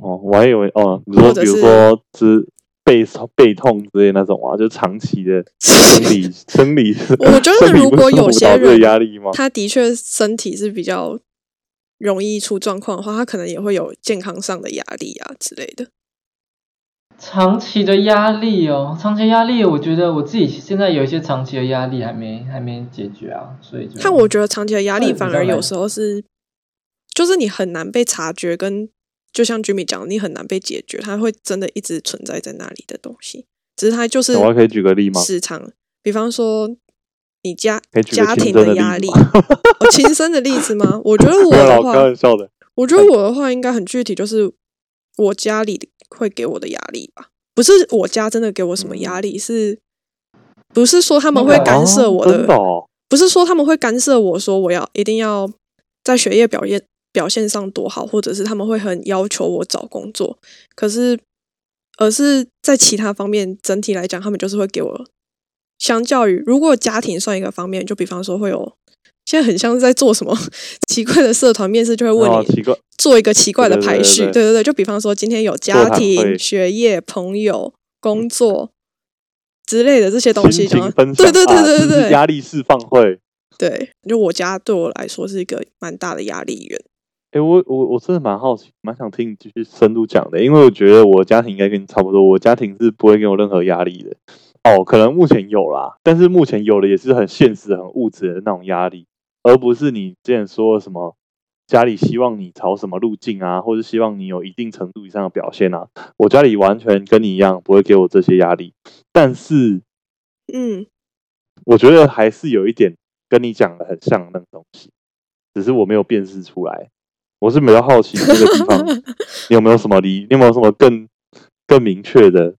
Speaker 3: 哦，我还以为哦，你说
Speaker 1: 或者
Speaker 3: 比如
Speaker 1: 是
Speaker 3: 说是背背痛之类那种啊，就长期的生 理生理。
Speaker 1: 我觉得
Speaker 3: 生理
Speaker 1: 如
Speaker 3: 不
Speaker 1: 果
Speaker 3: 舒
Speaker 1: 有
Speaker 3: 服
Speaker 1: 些
Speaker 3: 导致的
Speaker 1: 人
Speaker 3: 压力吗？
Speaker 1: 他的确身体是比较容易出状况的话，他可能也会有健康上的压力啊之类的。
Speaker 4: 长期的压力哦，长期压力，我觉得我自己现在有一些长期的压力还没还没解决啊，所
Speaker 3: 嗯
Speaker 4: 以就
Speaker 1: 但我觉得长期的压力
Speaker 4: 会比
Speaker 1: 反
Speaker 4: 较
Speaker 1: 而有
Speaker 4: 难
Speaker 1: 时候是，就是你很难被察觉，跟就像 Jimmy 讲的，你很难被解决，它会真的一直存在在那里的东西。只是它就是
Speaker 3: 我还可以举个例吗？
Speaker 1: 时常，比方说你家
Speaker 3: 可以举个
Speaker 1: 家
Speaker 3: 亲
Speaker 1: 庭
Speaker 3: 身的
Speaker 1: 压力，
Speaker 3: 例子吗
Speaker 1: 我亲身的例子 吗？我觉得我
Speaker 3: 没有
Speaker 1: 的
Speaker 3: 啦，我
Speaker 1: 话，
Speaker 3: 开玩笑的。
Speaker 1: 我觉得我的话应该很具体，就是我家里会给我的压力吧，不是我家真的给我什
Speaker 3: 嗯
Speaker 1: 么压力，是不是说他们会
Speaker 4: 那个
Speaker 1: 干涉我
Speaker 3: 哦真的哦
Speaker 1: 不是说他们会干涉我说我要一定要在学业表现表现上多好，或者是他们会很要求我找工作，可是而是在其他方面整体来讲，他们就是会给我。相较于如果家庭算一个方面，就比方说会有，现在很像是在做什么 奇怪的社团面试，就会问
Speaker 3: 哦
Speaker 1: 你、
Speaker 3: 奇怪，
Speaker 1: 做一个奇怪的
Speaker 3: 对对
Speaker 1: 排
Speaker 3: 对
Speaker 1: 序。
Speaker 3: 对
Speaker 1: 对对对，就比方说今天有
Speaker 3: 座
Speaker 1: 家
Speaker 3: 谈
Speaker 1: 庭、
Speaker 3: 会
Speaker 1: 学业、朋友、工作之类的这些东西，
Speaker 3: 心
Speaker 1: 然后
Speaker 3: 情分
Speaker 1: 对
Speaker 3: 享，
Speaker 1: 对对
Speaker 3: 啊
Speaker 1: 对
Speaker 3: 就是
Speaker 1: 对
Speaker 3: 压力释放会。
Speaker 1: 对，就我家对我来说是一个蛮大的压力源。
Speaker 3: 哎、我我我真的蛮好奇，蛮想听你继续深入讲的，因为我觉得我家庭应该跟你差不多，我家庭是不会给我任何压力的。哦，可能目前有啦，但是目前有的也是很现实、很物质的那种压力，而不是你之前说的什么家里希望你朝什么路径啊，或者希望你有一定程度以上的表现啊。我家里完全跟你一样，不会给我这些压力，但是
Speaker 1: 嗯，
Speaker 3: 我觉得还是有一点跟你讲的很像的那个东西，只是我没有辨识出来。我是比较好奇这个地 方，你有没有什么理，你有没有什么更更明确的？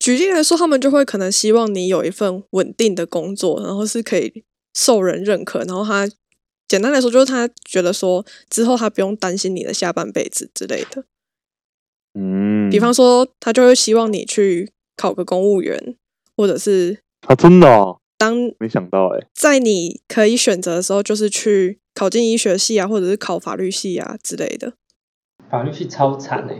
Speaker 1: 举例来说，他们就会可能希望你有一份稳定的工作，然后是可以受人认可，然后他简单来说就是他觉得说之后他不用担心你的下半辈子之类的。
Speaker 3: 嗯，
Speaker 1: 比方说，他就会希望你去考个公务员，或者是
Speaker 3: 啊，真的、哦，
Speaker 1: 当
Speaker 3: 没想到哎、
Speaker 1: 在你可以选择的时候，就是去考进医学系啊，或者是考法律系啊之类的。
Speaker 4: 法律系超惨哎、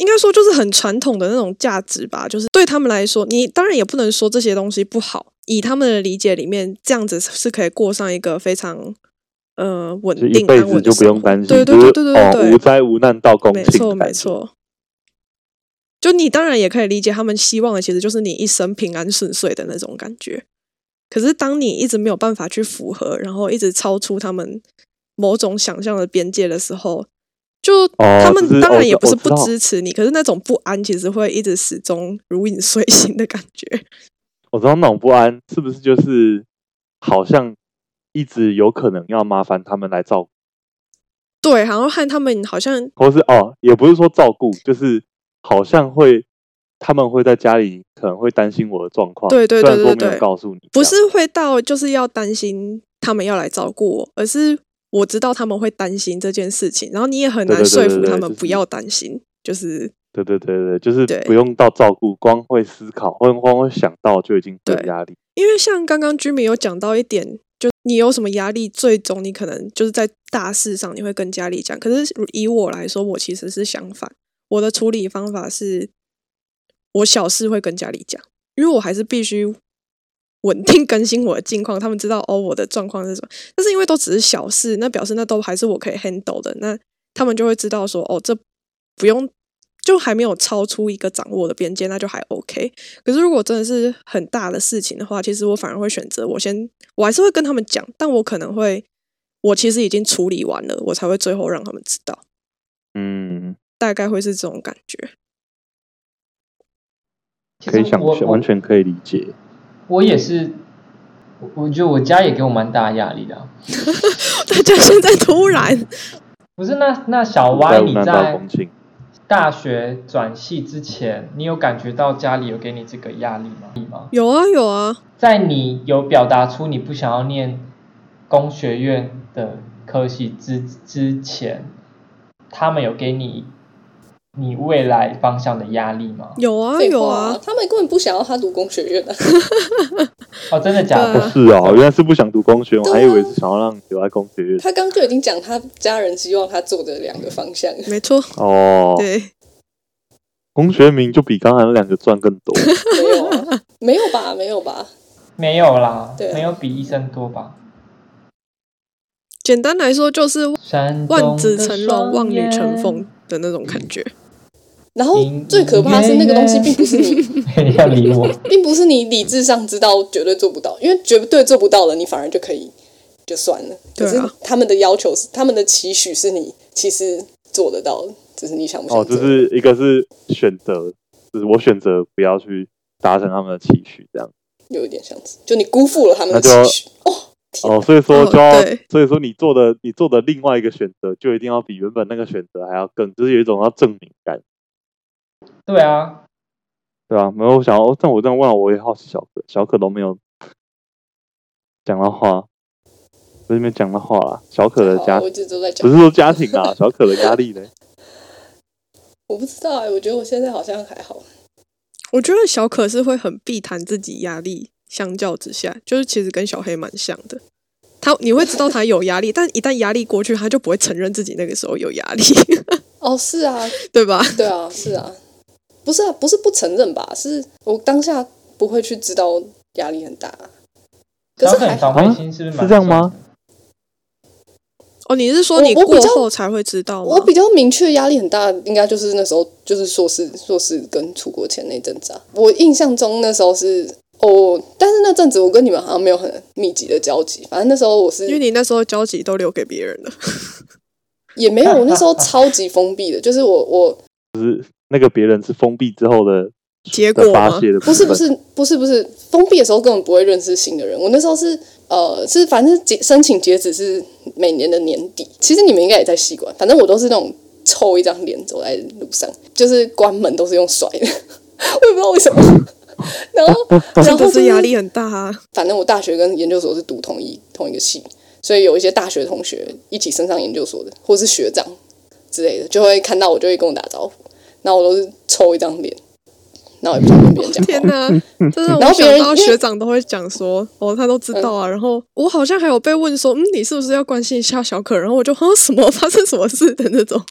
Speaker 1: 应该说就是很传统的那种价值吧，就是对他们来说，你当然也不能说这些东西不好。以他们的理解里面，这样子是可以过上一个非常呃稳
Speaker 3: 就一
Speaker 1: 定、
Speaker 3: 辈
Speaker 1: 安
Speaker 3: 子
Speaker 1: 稳
Speaker 3: 就
Speaker 1: 的
Speaker 3: 不
Speaker 1: 生
Speaker 3: 用
Speaker 1: 活。
Speaker 3: 担心，
Speaker 1: 对对
Speaker 3: 就
Speaker 1: 对
Speaker 3: 是
Speaker 1: 对对对
Speaker 3: 哦，无灾无难到公
Speaker 1: 没
Speaker 3: 庆，
Speaker 1: 错没。错。就你当然也可以理解他们希望的，其实就是你一生平安顺遂的那种感觉。可是当你一直没有办法去符合，然后一直超出他们某种想象的边界的时候，就
Speaker 3: 哦
Speaker 1: 他们
Speaker 3: 就是
Speaker 1: 当
Speaker 3: 哦
Speaker 1: 然也
Speaker 3: 我
Speaker 1: 不是
Speaker 3: 我知
Speaker 1: 不
Speaker 3: 道
Speaker 1: 支持你，可是那种不安其实会一直始终如影随形的感觉。
Speaker 3: 我知道那种不安是不是就是好像一直有可能要麻烦他们来照顾，
Speaker 1: 对，然后和他们好像
Speaker 3: 或是哦，也不是说照顾，就是好像会他们会在家里可能会担心我的状况，
Speaker 1: 对对
Speaker 3: 虽然
Speaker 1: 对
Speaker 3: 说
Speaker 1: 对
Speaker 3: 没
Speaker 1: 对
Speaker 3: 有告诉你，
Speaker 1: 不
Speaker 3: 这样
Speaker 1: 是会到就是要担心他们要来照顾我，而是我知道他们会担心这件事情，然后你也很
Speaker 3: 对
Speaker 1: 难
Speaker 3: 对对
Speaker 1: 说
Speaker 3: 对
Speaker 1: 服
Speaker 3: 对
Speaker 1: 他
Speaker 3: 就
Speaker 1: 们
Speaker 3: 是
Speaker 1: 不要担心，就是
Speaker 3: 对对对对，就是
Speaker 1: 对
Speaker 3: 不用到照顾，光会思考，光光会想到就已经会有
Speaker 1: 对
Speaker 3: 压力。
Speaker 1: 因为像刚刚居民有讲到一点，就你有什么压力，最终你可能就是在大事上你会跟家里讲。可是以我来说，我其实是相反，我的处理方法是，我小事会跟家里讲，因为我还是必须稳定更新我的近况，他们知道哦我的状况是什么。但是因为都只是小事，那表示那都还是我可以 handle 的，那他们就会知道说哦这不用。就还没有超出一个掌握的边界，那就还 OK。可是如果真的是很大的事情的话，其实我反而会选择我先，我还是会跟他们讲，但我可能会，我其实已经处理完了，我才会最后让他们知道，
Speaker 3: 嗯，
Speaker 1: 大概会是这种感觉。
Speaker 4: 其
Speaker 3: 可以
Speaker 4: 实
Speaker 3: 想
Speaker 4: 我
Speaker 3: 象，
Speaker 4: 我
Speaker 3: 完全可以理解。
Speaker 4: 我也是，我我觉得我家也给我蛮大压力的啊、
Speaker 1: 大家现在突然，
Speaker 4: 不是那那小
Speaker 3: 在
Speaker 4: 歪
Speaker 3: 无
Speaker 4: 你
Speaker 3: 难到
Speaker 4: 在
Speaker 3: 公庆，
Speaker 4: 大学转系之前，你有感觉到家里有给你这个压力吗？
Speaker 1: 有啊有啊，
Speaker 4: 在你有表达出你不想要念工学院的科系之之前，他们有给你你未来方向的压力吗？
Speaker 1: 有啊
Speaker 2: 废
Speaker 1: 有
Speaker 2: 话
Speaker 1: 啊，
Speaker 2: 他们根本不想要他读工学院啊。
Speaker 4: 哦，真的假
Speaker 1: 对
Speaker 4: 的
Speaker 1: 啊？
Speaker 3: 是哦，原来是不想读工学，我
Speaker 2: 对啊
Speaker 3: 还以为是想要让你留在工学院。
Speaker 2: 他刚就已经讲他家人希望他做的两个方向，
Speaker 1: 没错，
Speaker 3: 哦，
Speaker 1: 对，
Speaker 3: 工学名就比刚才那两个赚更 多。
Speaker 2: 没有啊，没有吧，没有吧，
Speaker 4: 没有啦
Speaker 2: 对，啊
Speaker 4: 没有比医生多吧？
Speaker 1: 简单来说就是
Speaker 4: 山
Speaker 1: 望
Speaker 4: 中
Speaker 1: 子
Speaker 4: 的
Speaker 1: 成龙、望
Speaker 4: 双
Speaker 1: 女
Speaker 4: 眼
Speaker 1: 成凤的那种感觉。
Speaker 2: 然后
Speaker 4: 隐
Speaker 2: 最可怕的是那个东西
Speaker 4: 隐
Speaker 2: 并不是你，
Speaker 4: 你 要理我？
Speaker 2: 并不是你理智上知道绝对做不到，因为绝对做不到了，你反而就可以就算了。
Speaker 1: 对
Speaker 2: 可
Speaker 1: 啊
Speaker 2: 是他们的要求是，他们的期许是你其实做得到的，只是你想不想
Speaker 3: 哦，
Speaker 2: 做。
Speaker 3: 就是一个是选择，就是我选择不要去达成他们的期许，这样。
Speaker 2: 有一点像是，就你辜负了他们的
Speaker 3: 那就
Speaker 2: 期许。哦，天
Speaker 3: 哦，所以说
Speaker 1: 哦
Speaker 3: 就要，
Speaker 1: 对
Speaker 3: 所以说你做的你做的另外一个选择，就一定要比原本那个选择还要更，就是有一种要证明感，
Speaker 4: 对啊，
Speaker 3: 对吧、没有，我想要，哦但我这样问，我也好奇小可，小可都没有讲到话，在那边讲到话啦，小可的
Speaker 2: 好
Speaker 3: 家
Speaker 2: 我一直都在
Speaker 3: 不
Speaker 2: 讲
Speaker 3: 是，说家庭啦， 小可的压力呢？
Speaker 2: 我不知道哎、我觉得我现在好像还好。
Speaker 1: 我觉得小可是会很避谈自己压力，相较之下，就是其实跟小黑蛮像的。他你会知道他有压力，但一旦压力过去，他就不会承认自己那个时候有压力，
Speaker 2: 哦，是啊，
Speaker 1: 对吧？
Speaker 2: 对啊，是啊，不是啊，不是不承认吧？是我当下不会去知道压力很大、啊可
Speaker 4: 小
Speaker 2: 是
Speaker 4: 可
Speaker 2: 还
Speaker 4: 你
Speaker 2: 好
Speaker 4: 防备心是不是蛮、
Speaker 3: 是这样吗？
Speaker 1: 哦，你是说你
Speaker 2: 我我比
Speaker 1: 过
Speaker 2: 较
Speaker 1: 后才会知道吗？
Speaker 2: 我比较明确压力很大，应该就是那时候就是硕士硕士跟出国前那阵子啊。我印象中那时候是哦，但是那阵子我跟你们好像没有很密集的交集，反正那时候我是
Speaker 1: 因为你那时候交集都留给别人了，
Speaker 2: 也没有，我那时候超级封闭的，就是我我
Speaker 3: 那个别人是封闭之后的
Speaker 1: 结
Speaker 3: 的
Speaker 1: 果
Speaker 3: 发
Speaker 1: 吗
Speaker 3: 泄的部分，
Speaker 2: 不是不是不是不是，封闭的时候根本不会认识新的人。我那时候是呃是反正截申请截止是每年的年底，其实你们应该也在习惯，反正我都是那种抽一张脸走在路上，就是关门都是用甩的， 我也不知道为什么。 然
Speaker 1: 哦
Speaker 2: 后 然
Speaker 1: 真的
Speaker 2: 后就是
Speaker 1: 压力很大啊。
Speaker 2: 反正我大学跟研究所是读同一同一个系，所以有一些大学同学一起升上研究所的，或是学长之类的，就会看到我就会跟我打招呼，然后我都是抽一张脸，然后也不想跟别人讲
Speaker 1: 天
Speaker 2: 话。
Speaker 1: 哪，真的，
Speaker 2: 然
Speaker 1: 我
Speaker 2: 后别
Speaker 1: 想到
Speaker 2: 人因为嗯
Speaker 1: 学长都会讲说，哦，他都知道啊。然后我好像还有被问说，嗯，你是不是要关心一下小可？然后我就，哼，什么发生什么事的那种。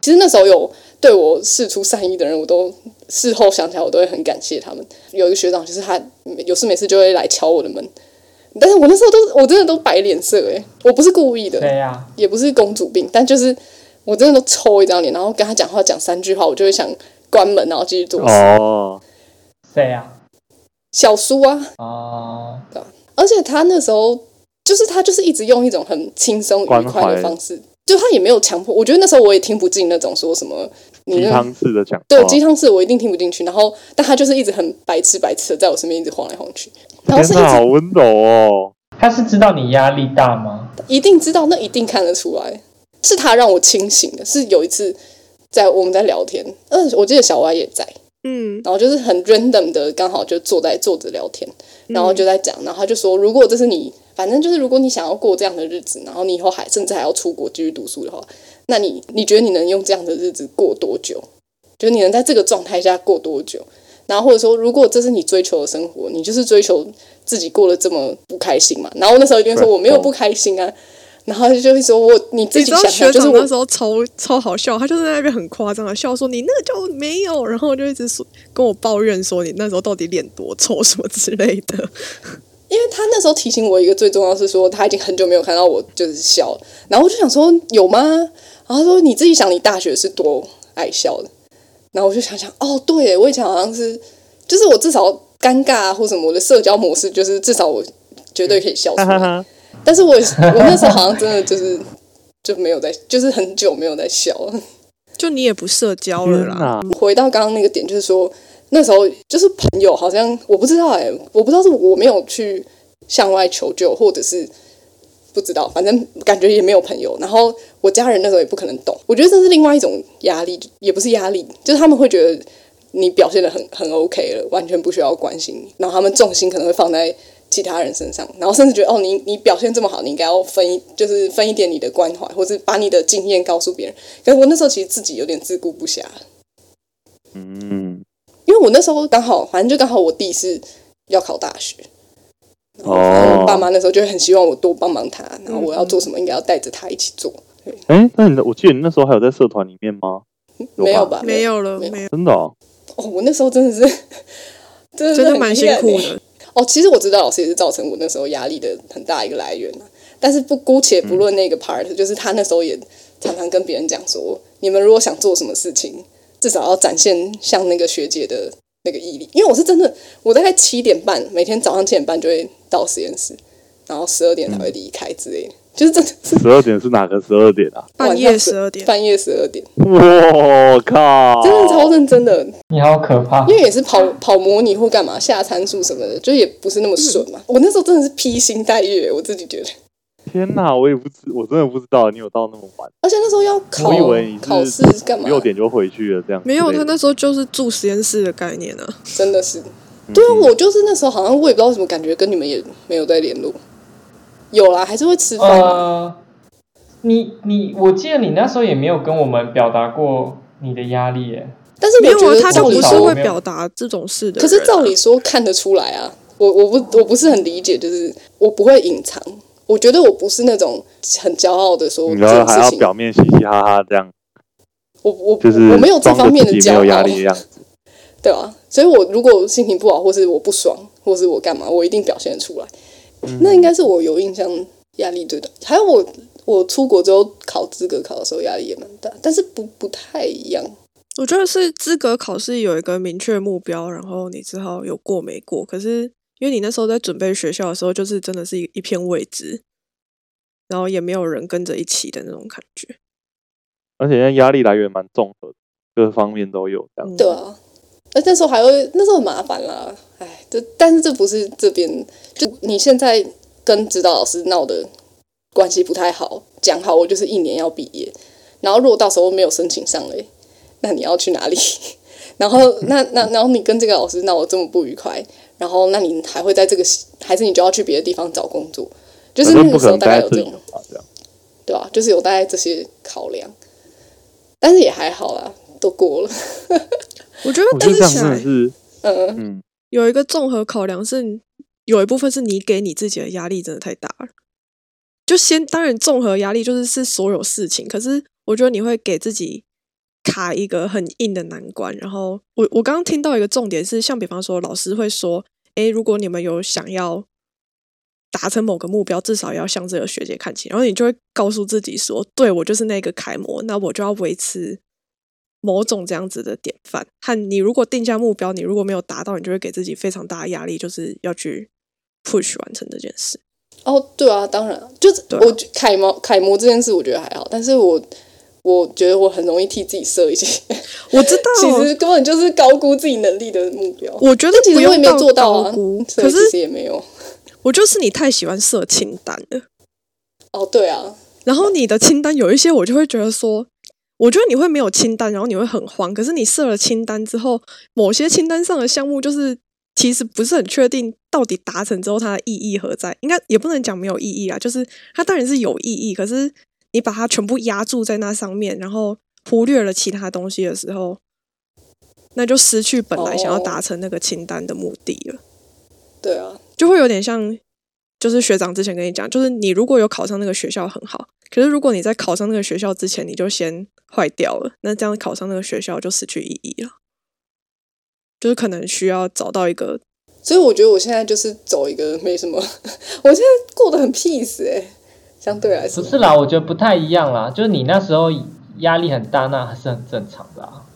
Speaker 2: 其实那时候有对我示出善意的人，我都事后想起来，我都会很感谢他们。有一个学长，就是他有事没事就会来敲我的门，但是我那时候都我真的都摆脸色诶、我不是故意的，
Speaker 4: 对呀、
Speaker 2: 也不是公主病，但就是我真的都抽一张脸，然后跟他讲话讲三句话，我就会想关门，然后继续做事。
Speaker 3: 哦，
Speaker 4: 谁啊呀、
Speaker 2: 小苏啊，
Speaker 4: 哦，
Speaker 2: 而且他那时候就是他就是一直用一种很轻松愉
Speaker 3: 关
Speaker 2: 快的
Speaker 3: 怀
Speaker 2: 方式，就他也没有强迫。我觉得那时候我也听不进那种说什么你
Speaker 3: 鸡
Speaker 2: 那
Speaker 3: 汤式的讲话，
Speaker 2: 对鸡汤式，我一定听不进去。然后但他就是一直很白痴白痴的在我身边一直晃来晃去，然
Speaker 3: 天
Speaker 2: 后是一
Speaker 3: 哪，好
Speaker 2: 直
Speaker 3: 温柔哦，
Speaker 4: 他是知道你压力大吗？
Speaker 2: 一定知道，那一定看得出来，是他让我清醒的。是有一次在我们在聊天，嗯，我记得小歪也在。
Speaker 1: 嗯，
Speaker 2: 然后就是很 random 的，刚好就坐在坐着聊天，然后就在讲，然后他就说，如果这是你，反正就是如果你想要过这样的日子，然后你以后还甚至还要出国继续读书的话，那你 你觉得你能用这样的日子过多久？就是你能在这个状态下过多久？然后或者说，如果这是你追求的生活，你就是追求自己过得这么不开心嘛？然后那时候一定说
Speaker 3: 对
Speaker 2: 我没有不开心啊，然后他就会说我你自
Speaker 1: 你
Speaker 2: 己
Speaker 1: 知道
Speaker 2: 想
Speaker 1: 学
Speaker 2: 想，就是
Speaker 1: 长
Speaker 2: 我
Speaker 1: 那时候超超好笑，他就是在那边很夸张的笑说你那个就没有，然后就一直说跟我抱怨说你那时候到底脸多臭什么之类的。
Speaker 2: 因为他那时候提醒我一个最重要的是说他已经很久没有看到我就是笑了，然后我就想说有吗？然后他说你自己想你大学是多爱笑的，然后我就想想哦对耶，我以前好像是就是我至少尴尬啊或什么我的社交模式就是至少我绝对可以笑出
Speaker 3: 哈哈
Speaker 2: 来，
Speaker 3: 哈，
Speaker 2: 但是我也是我那时候好像真的就是就没有在就是很久没有在笑了。
Speaker 1: 就你也不社交了
Speaker 3: 天
Speaker 1: 啦，
Speaker 3: 哪，
Speaker 2: 回到刚刚那个点，就是说那时候就是朋友好像我不知道哎、我不知道是我没有去向外求救，或者是不知道，反正感觉也没有朋友。然后我家人那时候也不可能懂，我觉得这是另外一种压力，也不是压力，就是他们会觉得你表现的很很 OK 了，完全不需要关心你，然后他们重心可能会放在。其他人身上，然后甚至觉得哦，你你表现这么好，你应该要分一，就是分一点你的关怀，或是把你的经验告诉别人。可是我那时候其实自己有点自顾不暇，
Speaker 3: 嗯，
Speaker 2: 因为我那时候刚好，反正就刚好我弟是要考大学，然后反正我爸
Speaker 3: 哦，
Speaker 2: 妈那时候就很希望我多帮忙他，然后我要做什么应该要带着他一起做，
Speaker 3: 哎，那你的我记得你那时候还有在社团里面吗？有吧
Speaker 2: 没有吧？
Speaker 1: 没有了，
Speaker 2: 没有
Speaker 1: 没有，
Speaker 3: 真的哦，
Speaker 2: 哦，我那时候真的是真的是
Speaker 1: 真的
Speaker 2: 很
Speaker 1: 蛮
Speaker 2: 依
Speaker 1: 辛
Speaker 2: 赖
Speaker 1: 苦
Speaker 2: 欸
Speaker 1: 的。
Speaker 2: 哦，其实我知道老师也是造成我那时候压力的很大一个来源嘛。但是不姑且不论那个 part，、就是
Speaker 1: 嗯
Speaker 2: 他那时候也常常跟别人讲说，你们如果想做什么事情，至少要展现像那个学姐的那个毅力。因为我是真的，我大概七点半每天早上七点半就会到实验室，然后十二点才
Speaker 1: 嗯
Speaker 2: 会离开之类的，就是真的是
Speaker 3: 十二点是哪个十二点啊？
Speaker 1: 半
Speaker 2: 晚
Speaker 1: 夜
Speaker 2: 上
Speaker 1: 十二点，哦
Speaker 2: 欸半夜十二点，
Speaker 3: 我靠，
Speaker 2: 真的超认真的，
Speaker 4: 你好可怕
Speaker 2: 因！为也是跑跑模拟或干嘛下参数什么的，就也不是那么顺嘛。
Speaker 1: 嗯
Speaker 2: 我那时候真的是披星戴月，我自己觉得。
Speaker 3: 天哪，我也不知，我真的不知道你有到那么晚，
Speaker 2: 而且那时候要考
Speaker 3: 我以为你
Speaker 2: 考试
Speaker 3: 是
Speaker 2: 干嘛？
Speaker 3: 六点就回去了这样之
Speaker 1: 没
Speaker 3: 类的。
Speaker 1: 有他那时候就是住实验室的概念啊。
Speaker 2: 真的是，
Speaker 3: 嗯
Speaker 2: 对啊，我就是那时候好像我也不知道为什么，感觉跟你们也没有在联络。有啦，还是会吃饭嘛。
Speaker 4: 呃，你你，我记得你那时候也没有跟我们表达过你的压力耶。
Speaker 2: 但是
Speaker 1: 没
Speaker 2: 我
Speaker 1: 有
Speaker 2: 觉
Speaker 1: 啊，
Speaker 2: 得
Speaker 1: 他
Speaker 2: 照
Speaker 1: 就
Speaker 2: 理
Speaker 1: 不是
Speaker 2: 说，
Speaker 1: 会表达这种事的人啊。
Speaker 2: 可是照理说看得出来啊。我我不我不是很理解，就是我不会隐藏。我觉得我不是那种很骄傲的说
Speaker 3: 你
Speaker 2: 这
Speaker 3: 要
Speaker 2: 件
Speaker 3: 嗯还要
Speaker 2: 事情，
Speaker 3: 表面嘻嘻哈哈这样，
Speaker 2: 我我
Speaker 3: 就是
Speaker 2: 我没有这
Speaker 3: 装着
Speaker 2: 方面的
Speaker 3: 自己
Speaker 2: 骄
Speaker 3: 没有压
Speaker 2: 傲，
Speaker 3: 力的样子。
Speaker 2: 对啊，所以我如果心情不好，或是我不爽，或是我干嘛，我一定表现得出来。那应该是我有印象压力最大，还有我我出国之后考资格考的时候压力也蛮大，但是不不太一样。
Speaker 1: 我觉得是资格考试有一个明确目标，然后你知道有过没过。可是因为你那时候在准备学校的时候，就是真的是一一片未知，然后也没有人跟着一起的那种感觉。
Speaker 3: 而且现在压力来源蛮综合的，各方面都有这样。
Speaker 1: 嗯
Speaker 2: 对啊，而那时候还会那时候很麻烦啦，哎，这但是这不是这边就你现在跟指导老师闹的关系不太好，讲好我就是一年要毕业，然后如果到时候没有申请上嘞，那你要去哪里？ 然后那那然后你跟这个老师闹得这么不愉快，然后那你还会在这个还是你就要去别的地方找工作？就是
Speaker 3: 反
Speaker 2: 那
Speaker 3: 正
Speaker 2: 个
Speaker 3: 不
Speaker 2: 时
Speaker 3: 可
Speaker 2: 候
Speaker 3: 能
Speaker 2: 大概
Speaker 3: 待在
Speaker 2: 有这
Speaker 3: 自
Speaker 2: 种
Speaker 3: 己。嘛，这样。
Speaker 2: 对啊，就是有大概这些考量，但是也还好啦，都过了。
Speaker 1: 我觉得
Speaker 3: 我觉
Speaker 1: 但
Speaker 3: 得这样
Speaker 1: 起
Speaker 3: 真的
Speaker 1: 来
Speaker 3: 是，
Speaker 2: 嗯，
Speaker 3: 嗯，
Speaker 1: 有一个综合考量是，有一部分是你给你自己的压力真的太大了。就先当然综合压力就是是所有事情，可是我觉得你会给自己卡一个很硬的难关。然后我我刚刚听到一个重点是，像比方说老师会说，诶，如果你们有想要达成某个目标，至少要向这个学姐看齐。然后你就会告诉自己说，对我就是那个楷模，那我就要维持某种这样子的典范。和你如果定下目标，你如果没有达到，你就会给自己非常大的压力，就是要去 push 完成这件事。
Speaker 2: 哦，对啊，当然，就是
Speaker 1: 对啊
Speaker 2: 我觉楷模楷模这件事，我觉得还好，但是我我觉得我很容易替自己 设一些，
Speaker 1: 我知道，
Speaker 2: 其实根本就是高估自己能力的目标。
Speaker 1: 哦我觉得
Speaker 2: 但其
Speaker 1: 不
Speaker 2: 实我也
Speaker 1: 用
Speaker 2: 没做到
Speaker 1: 高
Speaker 2: 啊
Speaker 1: 估，，
Speaker 2: 所
Speaker 1: 可
Speaker 2: 以
Speaker 1: 是
Speaker 2: 其实也没有。
Speaker 1: 我就是你太喜欢设清单了，
Speaker 2: 哦，对啊，
Speaker 1: 然后你的清单有一些我就会觉得说，我觉得你会没有清单，然后你会很慌。可是你设了清单之后，某些清单上的项目就是其实不是很确定到底达成之后它的意义何在，应该也不能讲没有意义啊，就是它当然是有意义，可是你把它全部压注在那上面，然后忽略了其他东西的时候。那就失去本来想要
Speaker 2: 哦
Speaker 1: 达成那个清单的目的了。
Speaker 2: 对啊，
Speaker 1: 就会有点像，就是学长之前跟你讲，就是你如果有考上那个学校很好，可是如果你在考上那个学校之前你就先坏掉了，那这样考上那个学校就失去意义了。就是可能需要找到一个，
Speaker 2: 所以我觉得我现在就是走一个没什么，我现在过得很 peace 哎、相对来
Speaker 4: 不
Speaker 2: 说，
Speaker 4: 是啦，我觉得不太一样啦，就是你那时候压力很大，那还是很正常的、啊，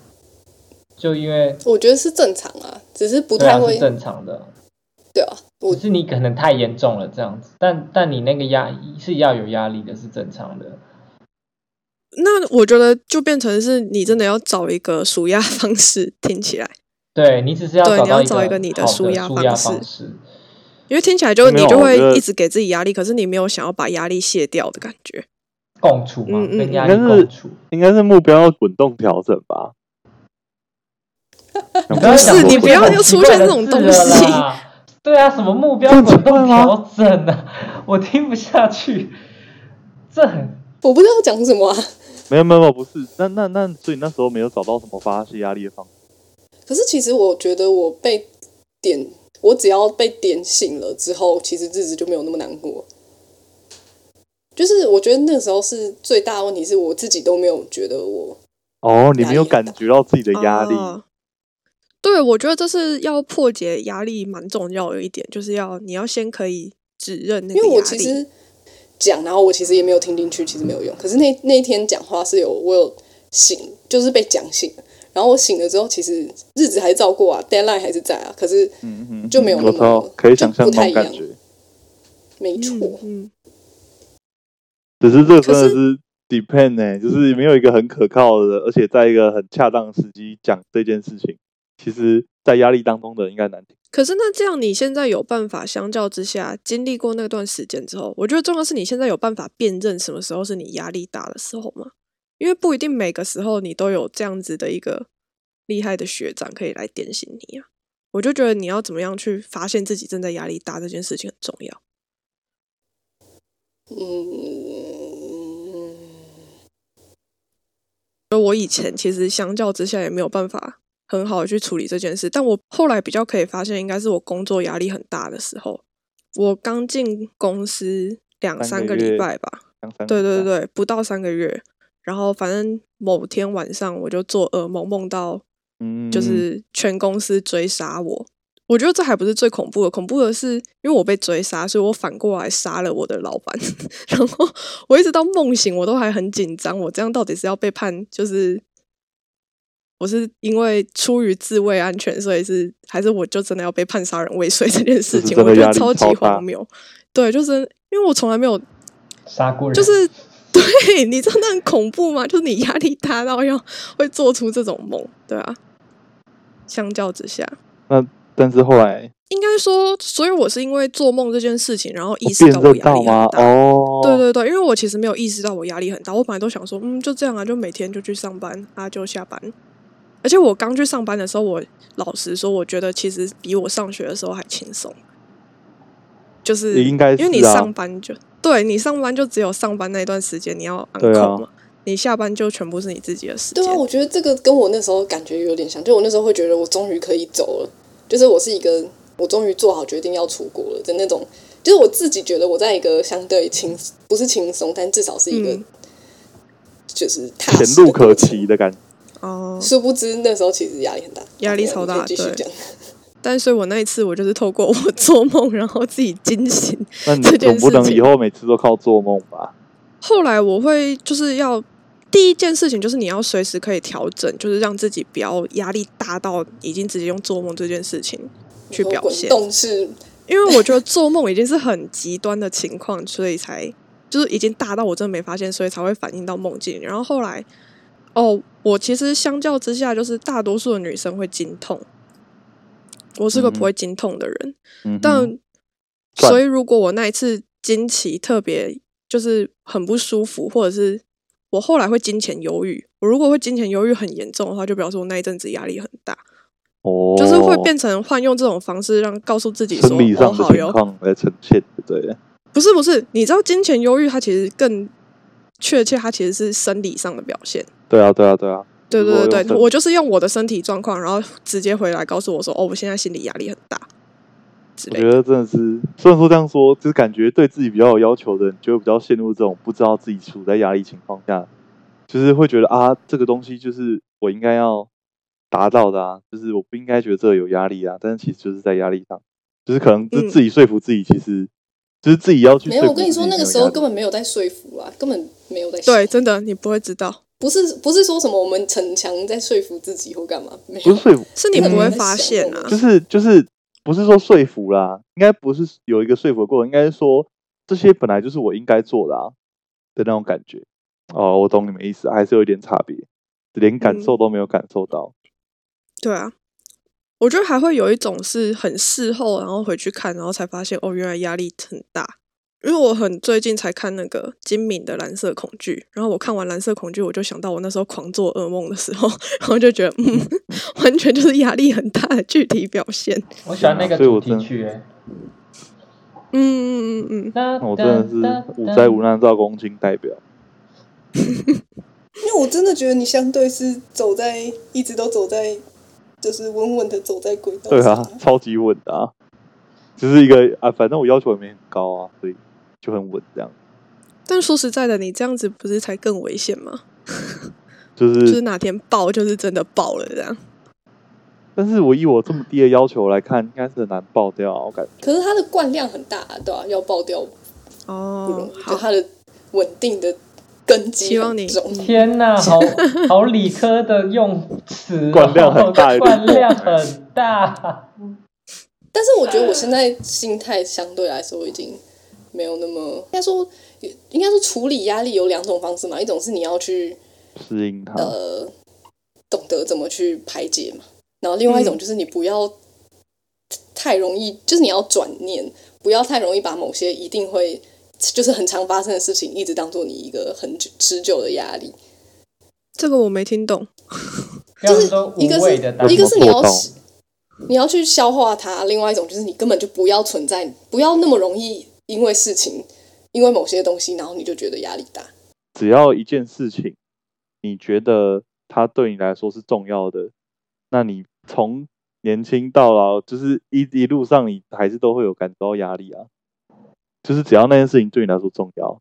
Speaker 4: 就因为
Speaker 2: 我觉得是正常啊，只是不
Speaker 4: 对
Speaker 2: 太
Speaker 4: 啊
Speaker 2: 会
Speaker 4: 是正常的，
Speaker 2: 对啊，我
Speaker 4: 只是你可能太严重了这样子，但但你那个压是要有压力的，是正常的。
Speaker 1: 那我觉得就变成是你真的要找一个舒压 方式，听起来，
Speaker 4: 对你只是要
Speaker 1: 对
Speaker 4: 找
Speaker 1: 你要
Speaker 4: 到
Speaker 1: 找一
Speaker 4: 一
Speaker 1: 个
Speaker 4: 个
Speaker 1: 你的
Speaker 4: 好的
Speaker 1: 舒
Speaker 4: 舒
Speaker 1: 压方
Speaker 4: 压
Speaker 1: 式
Speaker 4: 方式。
Speaker 1: 因为听起来就
Speaker 3: 没
Speaker 1: 你
Speaker 3: 有
Speaker 1: 就
Speaker 3: 我
Speaker 1: 会
Speaker 3: 觉得
Speaker 1: 一直给自己压力，可是你没有想要把压力卸掉的感觉。
Speaker 4: 共处嘛，
Speaker 1: 嗯嗯
Speaker 4: 跟压
Speaker 3: 嗯
Speaker 4: 力
Speaker 3: 但是
Speaker 4: 共处。
Speaker 3: 应该是目标要滚动调整吧。
Speaker 4: 你不要
Speaker 1: 是
Speaker 4: 想
Speaker 1: 你
Speaker 4: 说
Speaker 1: 不要
Speaker 4: 很
Speaker 1: 又
Speaker 4: 奇
Speaker 1: 出
Speaker 4: 怪
Speaker 1: 现
Speaker 4: 的
Speaker 1: 这种
Speaker 4: 字
Speaker 1: 东
Speaker 4: 了
Speaker 1: 西
Speaker 4: 啦 对啊，什么目标
Speaker 3: 这很奇
Speaker 4: 滚动
Speaker 3: 怪吗
Speaker 4: 调整啊， 我听不下去。这很
Speaker 2: 我不知道讲什么啊。
Speaker 3: 没有没有没有不是，那那那，所以那时候没有找到什么发泄压力的方法。
Speaker 2: 可是其实我觉得我被点，我只要被点醒了之后，其实日子就没有那么难过。就是我觉得那时候是最大的问题，是我自己都没有觉得我
Speaker 3: 哦，你没有
Speaker 2: 压力很
Speaker 3: 感
Speaker 2: 大
Speaker 3: 觉到自己的压力，
Speaker 1: 哦对，我觉得这是要破解压力蛮重要的一点，就是要你要先可以指认那个
Speaker 2: 因
Speaker 1: 压力。
Speaker 2: 为我其实讲，然后我其实也没有听进去，其实没有用。可是那那一天讲话是有我有醒，就是被讲醒了。然后我醒了之后，其实日子还照过啊，deadline 还是在啊，可是
Speaker 3: 嗯嗯，
Speaker 2: 就没有那
Speaker 3: 我
Speaker 2: 么
Speaker 3: 操，可以想象
Speaker 2: 就不
Speaker 3: 那种
Speaker 2: 太一样
Speaker 3: 感觉。
Speaker 2: 没错，
Speaker 1: 嗯嗯，
Speaker 3: 只是这真
Speaker 1: 可
Speaker 3: 的
Speaker 1: 是
Speaker 3: 是 depend 呢、就是没有一个很可靠的，而且在一个很恰当的时机讲这件事情，其实，在压力当中的人应该难听。
Speaker 1: 可是那这样你现在有办法，相较之下经历过那段时间之后，我觉得重要是你现在有办法辨认什么时候是你压力大的时候吗？因为不一定每个时候你都有这样子的一个厉害的学长可以来点醒你啊。我就觉得你要怎么样去发现自己正在压力大这件事情很重要。
Speaker 2: 嗯，
Speaker 1: 就我以前其实相较之下也没有办法很好的去处理这件事，但我后来比较可以发现，应该是我工作压力很大的时候，我刚进公司两
Speaker 3: 三
Speaker 1: 三
Speaker 3: 个
Speaker 1: 个礼
Speaker 3: 月
Speaker 1: 拜吧，
Speaker 3: 两三
Speaker 1: 对对
Speaker 3: 对，
Speaker 1: 对，不到三个月。然后反正某天晚上我就做噩梦，梦到
Speaker 3: 嗯，
Speaker 1: 就是全公司追杀我。我觉得这还不是最恐怖的，恐怖的是因为我被追杀，所以我反过来杀了我的老板。 然后我一直到梦醒，我都还很紧张，我这样到底是要被判就是我是因为出于自卫安全，所以是还是我就真的要被判杀人未遂这件事
Speaker 3: 就是
Speaker 1: 情，
Speaker 3: 真的
Speaker 1: 我觉
Speaker 3: 压
Speaker 1: 得
Speaker 3: 力
Speaker 1: 超级
Speaker 3: 超大
Speaker 1: 荒谬。对，就是因为我从来没有
Speaker 4: 杀过人，
Speaker 1: 就是对 你真的很恐怖吗？就是你压力大到要会做出这种梦，对啊。相较之下，
Speaker 3: 但是后来
Speaker 1: 应该说，所以我是因为做梦这件事情，然后
Speaker 3: 我
Speaker 1: 意识
Speaker 3: 辨
Speaker 1: 到我
Speaker 3: 认
Speaker 1: 压
Speaker 3: 到
Speaker 1: 力很
Speaker 3: 吗？
Speaker 1: 大。
Speaker 3: 哦，
Speaker 1: 对对对，因为我其实没有意识到我压力很大，我本来都想说，嗯，就这样啊，就每天就去上班啊，就下班。而且我刚去上班的时候，我老实说，我觉得其实比我上学的时候还轻松，就是
Speaker 3: 应该是啊
Speaker 1: 因为你上班就对你上班就只有上班那段时间你要安
Speaker 3: 对啊
Speaker 1: 扣嘛，你下班就全部是你自己的时间。
Speaker 2: 对啊，我觉得这个跟我那时候感觉有点像，就我那时候会觉得我终于可以走了，就是我是一个我终于做好决定要出国了的那种，就是我自己觉得我在一个相对轻不是轻松，但至少是一个、
Speaker 1: 嗯
Speaker 2: 就是踏
Speaker 3: 前
Speaker 2: 实的
Speaker 3: 路可
Speaker 2: 过程
Speaker 3: 期的感觉。
Speaker 1: 哦，
Speaker 2: 殊不知那时候其实压力很大，
Speaker 1: 压力超大
Speaker 2: 你可以继续
Speaker 1: 对
Speaker 2: 讲，
Speaker 1: 但所以我那一次我就是透过我 做梦，然后自己惊醒。
Speaker 3: 那你
Speaker 1: 这件
Speaker 3: 总不能
Speaker 1: 事情
Speaker 3: 以后每次都靠做梦吧？
Speaker 1: 后来我会就是要第一件事情就是你要随时可以调整，就是让自己不要压力大到已经直接用做梦这件事情去表现
Speaker 2: 滚。动是
Speaker 1: 因为我觉得做梦已经是很极端的情况，所以才就是已经大到我真的没发现，所以才会反映到梦境。然后后来，哦，我其实相较之下，就是大多数的女生会经痛，我是个不会经痛的人，
Speaker 3: 嗯哼，
Speaker 1: 但
Speaker 3: 赚
Speaker 1: 所以如果我那一次经期特别就是很不舒服，或者是我后来会金钱忧郁，我如果会金钱忧郁很严重的话，就表示我那一阵子压力很大，
Speaker 3: 哦，
Speaker 1: 就是会变成换用这种方式让告诉自己说
Speaker 3: 生理
Speaker 1: 哦
Speaker 3: 上的
Speaker 1: 好
Speaker 3: 情
Speaker 1: 哟，
Speaker 3: 况来呈现，对不对？
Speaker 1: 不是不是，你知道金钱忧郁它其实更确切，它其实是生理上的表现。
Speaker 3: 对啊，对啊，对啊，
Speaker 1: 对
Speaker 3: 如果
Speaker 1: 对对
Speaker 3: 用
Speaker 1: 对，
Speaker 3: 生
Speaker 1: 我就是用我的身体状况，然后直接回来告诉我说，哦，我现在心理压力很大之
Speaker 3: 我
Speaker 1: 类
Speaker 3: 觉
Speaker 1: 的。
Speaker 3: 得真的是，虽然说这样说，就是感觉对自己比较有要求的人，就会比较陷入这种不知道自己处在压力情况下，就是会觉得啊，这个东西就是我应该要达到的啊，就是我不应该觉得这个有压力啊，但是其实就是在压力上，就是可能是
Speaker 1: 嗯
Speaker 3: 自己说服自己，其实、就是自己要去
Speaker 2: 没
Speaker 3: 说服自己没有
Speaker 2: 有。我跟你说，那个时候根
Speaker 3: 本
Speaker 2: 本没有在说服啊，根本没有在想
Speaker 1: 对，真的你不会知道，
Speaker 2: 不是不是说什么我们逞强在说服自己或干嘛，没
Speaker 3: 不
Speaker 2: 有
Speaker 3: 是，说服，
Speaker 1: 是你
Speaker 2: 根本
Speaker 1: 不
Speaker 2: 没
Speaker 1: 会
Speaker 2: 在
Speaker 1: 发
Speaker 2: 想
Speaker 1: 现
Speaker 2: 这种
Speaker 1: 啊
Speaker 2: 东
Speaker 3: 就。是就是不是说说服啦，应该不是有一个说服的过程，应该是说这些本来就是我应该做的啊的那种感觉。哦，我懂你们意思，还是有一点差别，连感
Speaker 1: 嗯
Speaker 3: 受都没有感受到。
Speaker 1: 对啊，我觉得还会有一种是很事后，然后回去看，然后才发现哦，原来压力很大。因为我很最近才看那个金敏的《蓝色恐惧》，然后我看完《蓝色恐惧》，我就想到我那时候狂做噩梦的时候， 然后就觉得嗯， 完全就是压力很大的具体表现。
Speaker 4: 我喜欢那个
Speaker 3: 所以我
Speaker 4: 主
Speaker 3: 真
Speaker 4: 题
Speaker 3: 的
Speaker 4: 曲、欸，
Speaker 1: 嗯嗯嗯嗯，
Speaker 4: 那
Speaker 3: 那我真的是无灾无难到公卿代表，
Speaker 2: 因为我真的觉得你相对是走在一直都走在，就是稳稳的走在轨道
Speaker 3: 对
Speaker 2: 上
Speaker 3: 啊，超级稳的啊，就是一个啊，反正我要求也没很高啊，所以就很稳这样。
Speaker 1: 但说实在的，你这样子不是才更危险吗？
Speaker 3: 就
Speaker 1: 就是
Speaker 3: 是，
Speaker 1: 哪天爆，就是真的爆了这样。
Speaker 3: 但是我以我这么低的要求来看，应该是很难爆掉啊，我感觉。
Speaker 2: 可是它的惯量很大、啊，对吧、要爆掉不容
Speaker 1: 哦
Speaker 2: 易，，就
Speaker 1: 好，
Speaker 2: 它的稳定的根基
Speaker 1: 希望
Speaker 2: 很
Speaker 1: 你嗯
Speaker 2: 重。
Speaker 4: 天呐，好好理科的用词、哦，
Speaker 3: 惯量很大 有点
Speaker 4: 惯量
Speaker 3: 猛欸
Speaker 4: 很大。
Speaker 2: 但是我觉得我现在心态相对来说已经没有那么，应该说，应该说处理压力有两种方式嘛，一种是你要去
Speaker 3: 适应它，
Speaker 2: 呃懂得怎么去排解嘛，然后另外一种
Speaker 1: 嗯
Speaker 2: 就是你不要太容易，就是你要转念，不要太容易把某些一定会就是很常发生的事情，一直当做你一个很久持久的压力。
Speaker 1: 这个我没听懂。
Speaker 4: 要
Speaker 2: 是
Speaker 4: 说无
Speaker 2: 一个是
Speaker 4: 谓的答
Speaker 3: 要
Speaker 4: 案
Speaker 2: 一个是你
Speaker 3: 怎么做
Speaker 2: 要
Speaker 3: 到
Speaker 2: 是你要去消化它，另外一种就是你根本就不要存在，不要那么容易因为事情，因为某些东西，然后你就觉得压力大。
Speaker 3: 只要一件事情，你觉得它对你来说是重要的，那你从年轻到老，就是一一路上，你还是都会有感受到压力啊。就是只要那件事情对你来说重要，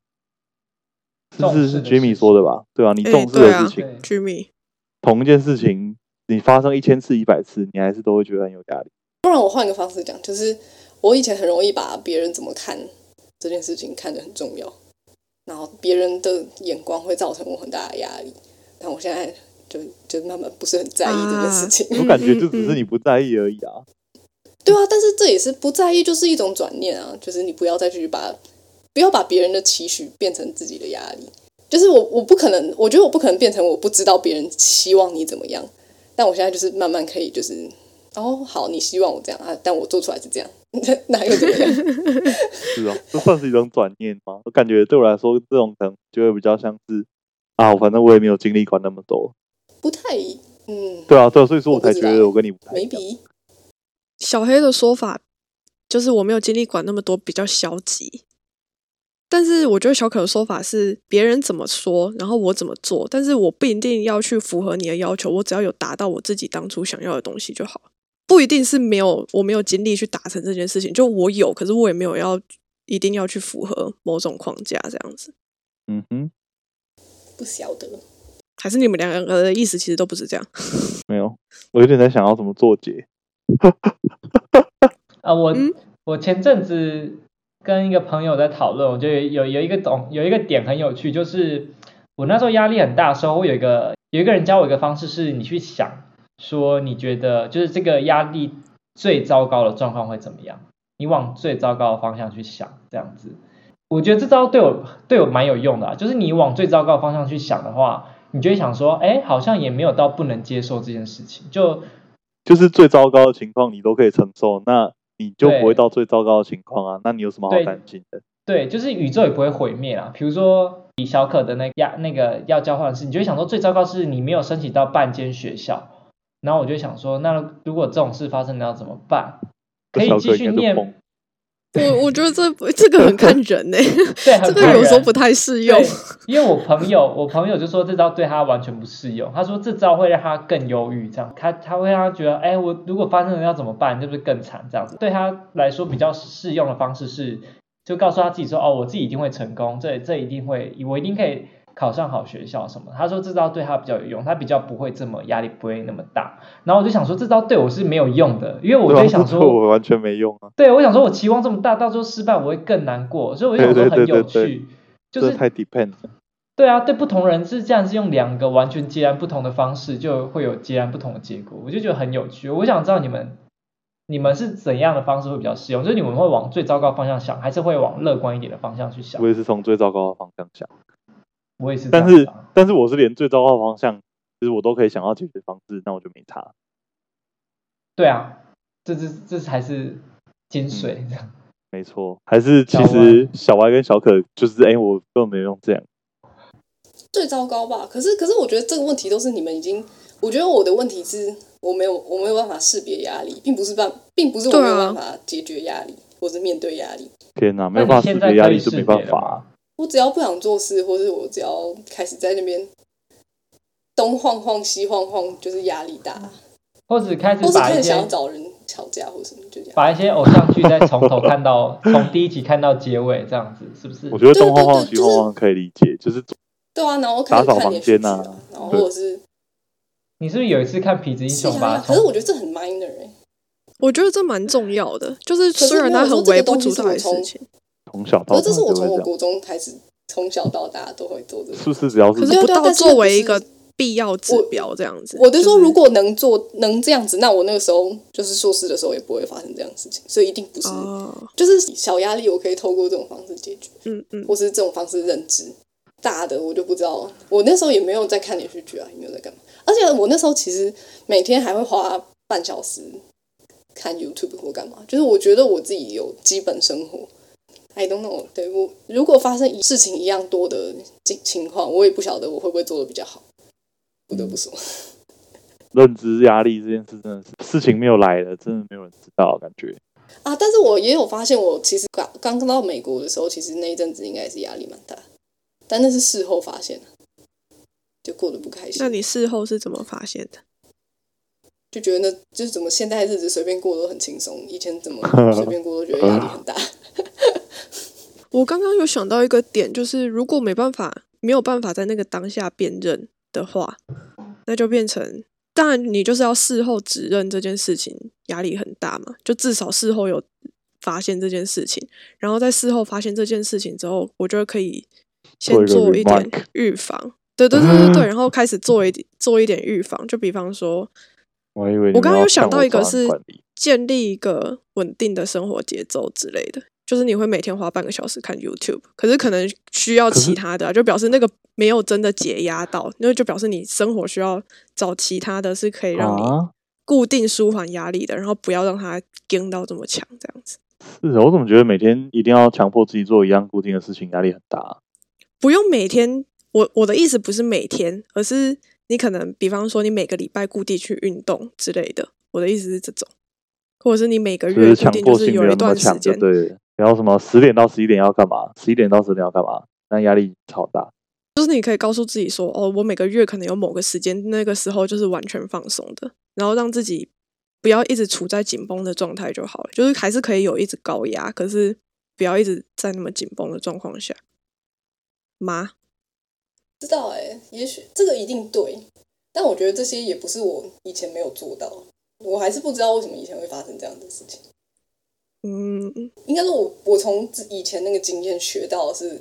Speaker 3: 是不
Speaker 4: 重
Speaker 3: 是
Speaker 4: 视
Speaker 3: 是
Speaker 4: 的事
Speaker 3: Jimmy
Speaker 4: 情
Speaker 3: 说的吧？对啊，你
Speaker 1: 哎
Speaker 3: 重视
Speaker 1: 对
Speaker 3: 的
Speaker 1: 啊
Speaker 3: 事情，
Speaker 4: 对，
Speaker 1: Jimmy，
Speaker 3: 同一件事情，你发生一千次、一百次，你还是都会觉得很有压力。
Speaker 2: 不然我换个方式讲，就是我以前很容易把别人怎么看这件事情看得很重要，然后别人的眼光会造成我很大的压力，但我现在就就慢慢不是很在意这件事情。
Speaker 1: 啊
Speaker 3: 我感觉
Speaker 1: 嗯
Speaker 3: 就只是
Speaker 1: 嗯
Speaker 3: 你不在意而已啊。
Speaker 2: 对啊，但是这也是不在意，就是一种转念啊，就是你不要再去把不要把别人的期许变成自己的压力。就是我我不可能，我觉得我不可能变成我不知道别人希望你怎么样，但我现在就是慢慢可以就是。哦，好，你希望我这样啊，但我做出来是这样， 哪有怎么样？
Speaker 3: 是哦，这算是一种转念吗？我感觉对我来说，这种可能就会比较像是啊，反正我也没有经历管那么多。
Speaker 2: 不太一，嗯
Speaker 3: 对啊，对啊所以说
Speaker 2: 我
Speaker 3: 我
Speaker 2: 不
Speaker 3: 才
Speaker 2: 知
Speaker 3: 觉
Speaker 2: 道
Speaker 3: 得我跟你不太一样。
Speaker 2: ，maybe
Speaker 1: 小黑的说法就是我没有经历管那么多，比较消极。但是我觉得小可的说法是别人怎么说，然后我怎么做，但是我不一定要去符合你的要求，我只要有达到我自己当初想要的东西就好。不一定是没有，我没有精力去达成这件事情，就我有，可是我也没有要一定要去符合某种框架这样子。
Speaker 3: 嗯哼，
Speaker 2: 不晓得，
Speaker 1: 还是你们两个的意思其实都不是这样？
Speaker 3: 没有，我有点在想要怎么做结。
Speaker 4: 啊，我、
Speaker 1: 嗯
Speaker 4: 我前阵子跟一个朋友在讨论，我觉得有有有一个懂有一个点很有趣，就是我那时候压力很大的时候，我有一个有一个人教我一个方式，是你去想说你觉得就是这个压力最糟糕的状况会怎么样，你往最糟糕的方向去想，这样子。我觉得这招对我对我蛮有用的、啊，就是你往最糟糕的方向去想的话，你就会想说，哎，好像也没有到不能接受这件事情，就
Speaker 3: 就是最糟糕的情况你都可以承受，那你就不会
Speaker 4: 对
Speaker 3: 到最糟糕的情况啊。那你有什么好
Speaker 4: 对
Speaker 3: 担心的？
Speaker 4: 对，就是宇宙也不会毁灭啦。比如说以小可的那个压那个要交换的事，你就会想说最糟糕是你没有申请到半间学校，然后我就想说，那如果这种事发生了要怎么办？可以
Speaker 3: 小
Speaker 4: 继
Speaker 3: 哥
Speaker 4: 续
Speaker 3: 应该就
Speaker 4: 念
Speaker 3: 崩，，
Speaker 1: 我我觉得这这个很看人呢、
Speaker 4: 对，
Speaker 1: 这
Speaker 4: 很
Speaker 1: 个
Speaker 4: 看
Speaker 1: 有时候
Speaker 4: 人
Speaker 1: 不太适用
Speaker 4: 对。， 因为我朋友，我朋友就说这招对他完全不适用，他说这招会让他更忧郁，这样他他会让他觉得，哎，我如果发生了要怎么办，是不是更惨？这样子对他来说比较适用的方式是，就告诉他自己说，哦，我自己一定会成功，这这一定会，我一定可以考上好学校什么。他说这招对他比较有用，他比较不会这么压力不会那么大。然后我就想说这招对我是没有用的，因为我
Speaker 3: 对啊
Speaker 4: 就想
Speaker 3: 这
Speaker 4: 说，
Speaker 3: 对我完全没用啊，
Speaker 4: 对，我想说，我期望这么大，到时候失败我会更难过，所以我就想说
Speaker 3: 对对
Speaker 4: 很
Speaker 3: 对
Speaker 4: 有
Speaker 3: 对对
Speaker 4: 趣，就
Speaker 3: 这
Speaker 4: 是
Speaker 3: 太 depend 了。
Speaker 4: 对啊，对不同人是这样，是用两个完全截然不同的方式，就会有截然不同的结果，我就觉得很有趣。我想知道你们你们是怎样的方式会比较适用，就是你们会往最糟糕方向想，还是会往乐观一点的方向去想
Speaker 3: 我？也是从最糟糕的方向想，
Speaker 4: 我也是这
Speaker 3: 但
Speaker 4: 样子
Speaker 3: 是
Speaker 4: 啊，
Speaker 3: 但是我是连最糟糕的方向，其实我都可以想到解决方式，那我就没差。
Speaker 4: 对啊，这是这才是
Speaker 3: 嗯
Speaker 4: 精髓。
Speaker 3: 没错，还是其
Speaker 4: 小
Speaker 3: 实小歪跟小可就是哎、我根本没用这样。
Speaker 2: 最糟糕吧。可是可是我觉得这个问题都是你们已经，我觉得我的问题是我没有我没有办法识别压力，并不是办，并不是我
Speaker 1: 对啊
Speaker 2: 没有办法解决压力，或是面对压力。
Speaker 3: 天哪，没
Speaker 4: 那
Speaker 3: 有
Speaker 4: 你
Speaker 3: 办法
Speaker 4: 现
Speaker 3: 识
Speaker 4: 在
Speaker 3: 别压
Speaker 4: 可
Speaker 3: 力
Speaker 4: 以
Speaker 3: 就
Speaker 4: 识
Speaker 3: 没
Speaker 4: 别
Speaker 3: 办
Speaker 4: 了
Speaker 3: 法
Speaker 4: 吗
Speaker 3: 啊、
Speaker 2: 我只要不想做事，或是我只要开始在那边东晃晃西晃晃，就是压力大，
Speaker 4: 或者开始
Speaker 3: 嗯
Speaker 2: 或是
Speaker 4: 把
Speaker 2: 开
Speaker 4: 一
Speaker 2: 始想要
Speaker 4: 些
Speaker 2: 找人吵架或什么，就这样。
Speaker 4: 把一些偶像剧再从头看到从第一集看到结尾，这样子是不是？
Speaker 3: 我觉得
Speaker 2: 对
Speaker 3: 东晃
Speaker 2: 对
Speaker 3: 晃
Speaker 2: 对
Speaker 3: 西
Speaker 2: 就
Speaker 3: 晃
Speaker 2: 是
Speaker 3: 晃可以理解，就是
Speaker 2: 对啊，然后开始
Speaker 3: 打扫
Speaker 2: 看
Speaker 3: 房
Speaker 2: 连续剧
Speaker 3: 间啊
Speaker 2: 啊，然后或者是
Speaker 4: 你是不是有一次看《痞子英
Speaker 2: 是
Speaker 4: 雄》
Speaker 2: 压
Speaker 4: 吧？
Speaker 2: 力，可是
Speaker 4: 从
Speaker 2: 我觉得这很 minor 哎、
Speaker 1: 我觉得这蛮重要的，就是
Speaker 2: 可是
Speaker 1: 虽然
Speaker 2: 没有
Speaker 1: 它
Speaker 2: 说
Speaker 1: 很
Speaker 2: 这个
Speaker 1: 微不
Speaker 2: 东西
Speaker 1: 足
Speaker 2: 是
Speaker 1: 道
Speaker 2: 我
Speaker 1: 的事
Speaker 2: 从嗯
Speaker 1: 情，
Speaker 3: 从小到大
Speaker 2: 可是这是
Speaker 3: 哦就会
Speaker 2: 我从我
Speaker 3: 这样，
Speaker 2: 国中开始，从小到大都会做这个。
Speaker 3: 是不是只要
Speaker 1: 可
Speaker 3: 是
Speaker 1: 是不
Speaker 2: 对啊
Speaker 1: 到
Speaker 2: 但是
Speaker 1: 作
Speaker 2: 那不
Speaker 1: 为一
Speaker 2: 是
Speaker 1: 个必要指
Speaker 2: 我
Speaker 1: 标这样子。
Speaker 2: 我的说，
Speaker 1: 就
Speaker 2: 如果能做能这样子，那我那个时候就是硕士的时候也不会发生这样的事情，所以一定不是，
Speaker 1: 哦，
Speaker 2: 就是小压力我可以透过这种方式解决，
Speaker 1: 嗯嗯，
Speaker 2: 或是这种方式认知。大的我就不知道，我那时候也没有在看连续剧啊，也没有在干嘛。而且我那时候其实每天还会花半小时看 YouTube 或干嘛，就是我觉得我自己有基本生活。I don't know，对我如果发生一事情一样多的情情况，我也不晓得我会不会做的比较好，不得不说。
Speaker 3: 认知压力这件事，真的是事情没有来了，真的没有人知道，感觉
Speaker 2: 啊，但是我也有发现，我其实刚刚到美国的时候，其实那一阵子应该也是压力蛮大，但那是事后发现的，就过得不开
Speaker 1: 那
Speaker 2: 心，
Speaker 1: 你事后是怎么发现的？
Speaker 2: 就觉得那就是怎么现在日子随便过都很轻松，以前 怎么随便过都觉得压力很大。
Speaker 1: 我刚刚有想到一个点，就是如果没办法，没有办法在那个当下辨认的话，那就变成，当然你就是要事后指认这件事情，压力很大嘛，就至少事后有发现这件事情，然后在事后发现这件事情之后，我觉得可以
Speaker 3: 做
Speaker 1: 先
Speaker 3: 一个
Speaker 1: 做一点
Speaker 3: remark
Speaker 1: 预防，对对对对对，然后开始做一点做一点预防，就比方说，
Speaker 3: 我还以为你
Speaker 1: 我
Speaker 3: 们
Speaker 1: 刚刚
Speaker 3: 要
Speaker 1: 有想
Speaker 3: 看
Speaker 1: 到一个
Speaker 3: 早安
Speaker 1: 是
Speaker 3: 管理
Speaker 1: 建立一个稳定的生活节奏之类的，就是你会每天花半个小时看 YouTube，可是可能需要
Speaker 3: 可是
Speaker 1: 其他的啊、就表示那个没有真的解压到，那就表示你生活需要找其他的是可以让你
Speaker 3: 啊，
Speaker 1: 固定舒缓压力的，然后不要让它盯到这么强，这样子
Speaker 3: 是啊我怎么觉得每天一定要强迫自己做一样固定的事情，压力很大啊。
Speaker 1: 不用每天。我我的意思不是每天，而是你可能比方说你每个礼拜固定去运动之类的，我的意思是这种，或者是你每个
Speaker 3: 就
Speaker 1: 月
Speaker 3: 是
Speaker 1: 固
Speaker 3: 强
Speaker 1: 定
Speaker 3: 迫
Speaker 1: 就是
Speaker 3: 性没
Speaker 1: 有一
Speaker 3: 有那么
Speaker 1: 段时
Speaker 3: 强，就
Speaker 1: 间
Speaker 3: 对了。然后什么十点到十一点要干嘛，十一点到十点要干嘛，那压力超大。
Speaker 1: 就是你可以告诉自己说，哦，我每个月可能有某个时间，那个时候就是完全放松的，然后让自己不要一直处在紧绷的状态就好了。就是还是可以有一直高压，可是不要一直在那么紧绷的状况下。妈，
Speaker 2: 知道哎、也许这个一定对，但我觉得这些也不是我以前没有做到，我还是不知道为什么以前会发生这样的事情。
Speaker 1: 嗯，
Speaker 2: 应该说我我从自以前那个经验学到的是，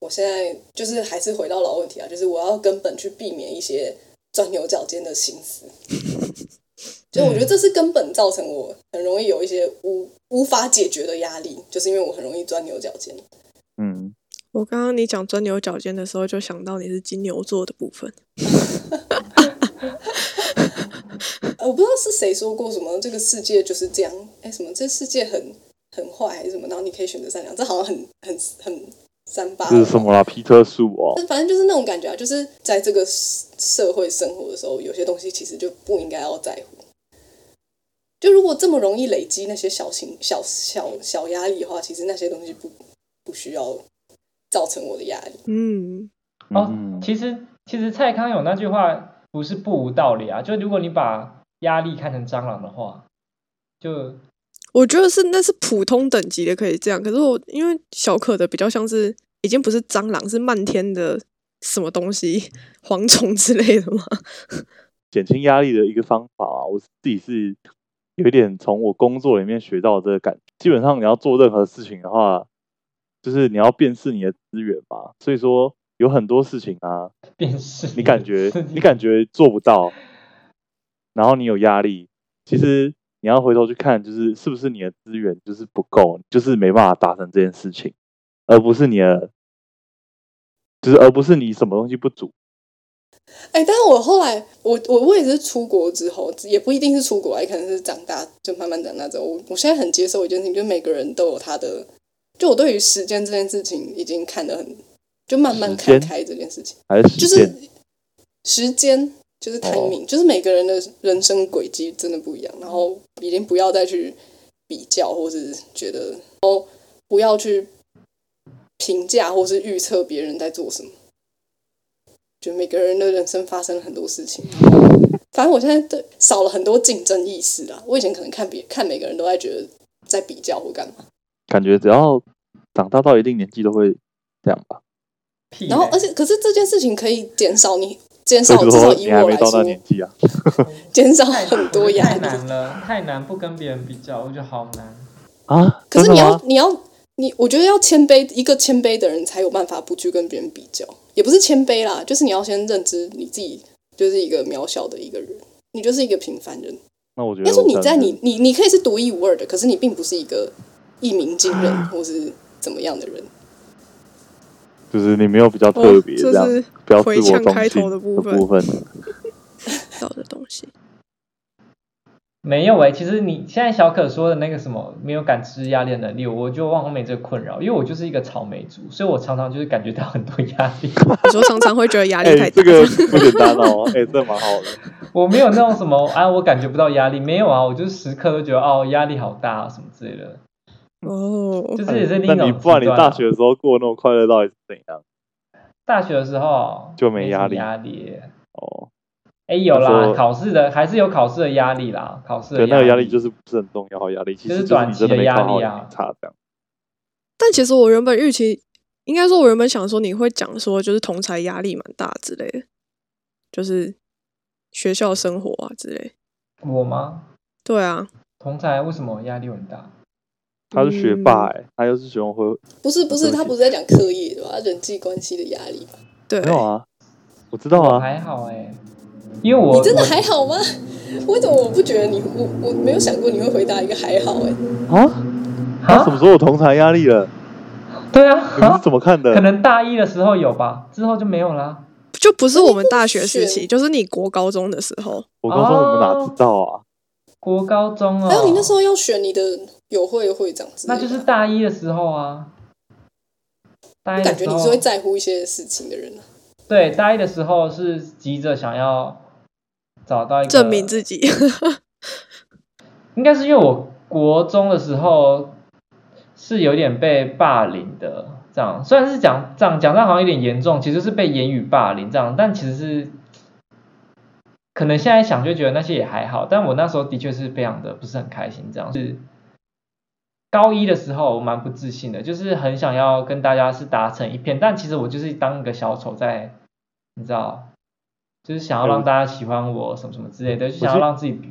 Speaker 2: 我现在就是还是回到老问题啊，就是我要根本去避免一些钻牛角尖的心思。就我觉
Speaker 3: 嗯
Speaker 2: 得这是根本造成我很容易有一些无无法解决的压力，就是因为我很容易钻牛角尖。
Speaker 3: 嗯，
Speaker 1: 我刚刚你讲钻牛角尖的时候，就想到你是金牛座的部分。
Speaker 2: 呃，我不知道是谁说过什么，这个世界就是这样，哎，什么这世界很很坏还是什么，然后你可以选择善良，这好像很很很三八。
Speaker 3: 这是什么啦？皮特树哦，
Speaker 2: 但反正就是那种感觉啊，就是在这个社社会生活的时候，有些东西其实就不应该要在乎。就如果这么容易累积那些小情小小小压力的话，其实那些东西不不需要造成我的压力。
Speaker 1: 嗯，
Speaker 4: 哦
Speaker 3: 嗯，
Speaker 4: 其实其实蔡康永那句话不是不无道理啊，就如果你把压力看成蟑螂的话，就
Speaker 1: 我觉得是那是普通等级的可以这样，可是我因为小可的比较像是已经不是蟑螂，是漫天的什么东西 蝗虫之类的嘛。
Speaker 3: 减轻压力的一个方法啊，我自己是有一点从我工作里面学到这个感觉。基本上你要做任何事情的话，就是你要辨识你的资源嘛。所以说有很多事情啊，
Speaker 4: 变是
Speaker 3: 你感 觉你感觉做不到，然后你有压力，其实你要回头去看，就是是不是你的资源就是不够，就是没办法达成这件事情，而不是你的，就是而不是你什么东西不足。
Speaker 2: 哎、但是我后来，我我我也是出国之后，也不一定是出国啊，也可能是长大，就慢慢长大之后，我我现在很接受一件事情，就是每个人都有他的，就我对于时间这件事情已经看得很，就慢慢
Speaker 3: 时
Speaker 2: 看
Speaker 3: 间
Speaker 2: 开这件事情，
Speaker 3: 还是
Speaker 2: 就
Speaker 3: 实践
Speaker 2: 是时间，就是
Speaker 3: 哦
Speaker 2: timing，、就是每个人的人生轨迹真的不一样，然后已经不要再去比较，或是觉得哦，不要去评价或是预测别人在做什么。就每个人的人生发生了很多事情，反正我现在对少了很多竞争意识啊。我以前可能看别看每个人都在觉得在比较或干嘛，
Speaker 3: 感觉只要长大到一定年纪都会这样吧。
Speaker 4: 屁嘞，
Speaker 2: 然后而且可是这件事情可以减少你减
Speaker 3: 所
Speaker 2: 少
Speaker 3: 以
Speaker 2: 至
Speaker 3: 说
Speaker 2: 少以
Speaker 3: 你还
Speaker 2: 我
Speaker 3: 没
Speaker 2: 来
Speaker 3: 到那
Speaker 2: 说
Speaker 3: 年纪啊，
Speaker 2: 减少
Speaker 4: 太
Speaker 2: 很多压
Speaker 4: 太
Speaker 2: 力。
Speaker 4: 难了，太难，不跟别人比较，我觉得好难。
Speaker 3: 啊，
Speaker 2: 可是
Speaker 3: 真的
Speaker 2: 你要
Speaker 3: 吗
Speaker 2: 你要你，我觉得要谦卑，一个谦卑的人才有办法不去跟别人比较，也不是谦卑啦，就是你要先认知你自己就是一个渺小的一个人，你就是一个平凡人。
Speaker 3: 那我觉
Speaker 2: 应
Speaker 3: 得
Speaker 2: 该说
Speaker 3: 我
Speaker 2: 你
Speaker 3: 可
Speaker 2: 在
Speaker 3: 能
Speaker 2: 你你你可以是独一无二的，可是你并不是一个一鸣惊 人或是怎么样的人。
Speaker 3: 就是你没有比较特
Speaker 1: 哦
Speaker 3: 别
Speaker 1: 这
Speaker 3: 这样
Speaker 1: 是，
Speaker 3: 比较自
Speaker 1: 回
Speaker 3: 我
Speaker 1: 呛
Speaker 3: 中
Speaker 1: 开
Speaker 3: 心
Speaker 1: 头的部分
Speaker 3: 部分。
Speaker 1: 到的东西。
Speaker 4: 没有哎、其实你现在小可说的那个什么没有感知压力的能力，我就往往没这个困扰，因为我就是一个草莓族，所以我常常就是感觉到很多压 力。
Speaker 1: 你说常常会觉得压力
Speaker 3: 哎，
Speaker 1: 太
Speaker 3: 这
Speaker 1: 大，
Speaker 3: 个不简单哦，哎，这蛮 好的。
Speaker 4: 我没有那种什么啊，我感觉不到压力，没有啊，我就是时刻都觉得哦压力好大、啊、什么之类的，
Speaker 1: 哦
Speaker 3: 嗯
Speaker 4: 就，是也是另
Speaker 3: 哎那
Speaker 4: 一种
Speaker 3: 你不然你
Speaker 4: 极端啊
Speaker 3: 大学的时候过得那么快乐到底是怎样？
Speaker 4: 大学的时候
Speaker 3: 就没压
Speaker 4: 什么
Speaker 3: 力
Speaker 4: 压力。
Speaker 3: 哦，
Speaker 4: 哎，有
Speaker 3: 那时
Speaker 4: 啦
Speaker 3: 候，
Speaker 4: 考试的还是有考试的压力啦，考试的
Speaker 3: 对，那个压力就是是不是很重要，压力其
Speaker 4: 就是
Speaker 3: 实
Speaker 4: 短
Speaker 3: 你
Speaker 4: 期
Speaker 3: 真
Speaker 4: 的
Speaker 3: 没
Speaker 4: 压
Speaker 3: 考好
Speaker 4: 力
Speaker 3: 也
Speaker 4: 啊
Speaker 3: 没差这样。
Speaker 1: 但其实我原本预期，应该说我原本想说你会讲说就是同才压力蛮大之类的，就是学校生活啊之类。
Speaker 4: 我吗？
Speaker 1: 对啊，
Speaker 4: 同才为什么压力很大？
Speaker 3: 他是学霸哎，他又是学生会，
Speaker 2: 不是不
Speaker 3: 对
Speaker 2: 是，
Speaker 3: 不起
Speaker 2: 他不是在讲课业对吧？人际关系的压力吧？
Speaker 1: 对
Speaker 3: 没，有啊，我知道啊，
Speaker 4: 还好哎，因为我
Speaker 2: 你真的
Speaker 4: 我
Speaker 2: 还好吗？为什么我不觉得你我我没有想过你会回答一个还好哎、
Speaker 3: 啊，他什么
Speaker 4: 啊，
Speaker 3: 时候有同才压力了？
Speaker 4: 对啊，
Speaker 3: 你们是
Speaker 4: 啊
Speaker 3: 怎么看的
Speaker 4: 可？能大一的时候有吧，之后就没有啦。
Speaker 1: 就不是我们大学时
Speaker 2: 是
Speaker 1: 期，就是你国高中的时候。
Speaker 3: 我高中我们哪
Speaker 4: 哦
Speaker 3: 知道啊？
Speaker 4: 国高中哦，
Speaker 2: 还有你那时候要选你的友会会长之类的
Speaker 4: 那就是大一的时候啊，大一的
Speaker 2: 感觉
Speaker 4: 时
Speaker 2: 你
Speaker 4: 候
Speaker 2: 是会在乎一些事情的人啊。
Speaker 4: 对大一的时候是急着想要找到一个
Speaker 1: 证明自己，
Speaker 4: 应该是因为我国中的时候是有点被霸凌的，这样虽然是讲这样讲这样好像有点严重，其实是被言语霸凌这样，但其实是可能现在想就觉得那些也还好，但我那时候的确是非常的不是很开心，这样是高一的时候我蛮不自信的，就是很想要跟大家是打成一片，但其实我就是当一个小丑在你知道，就是想要让大家喜欢我什么什么之类的，就想要让自己比，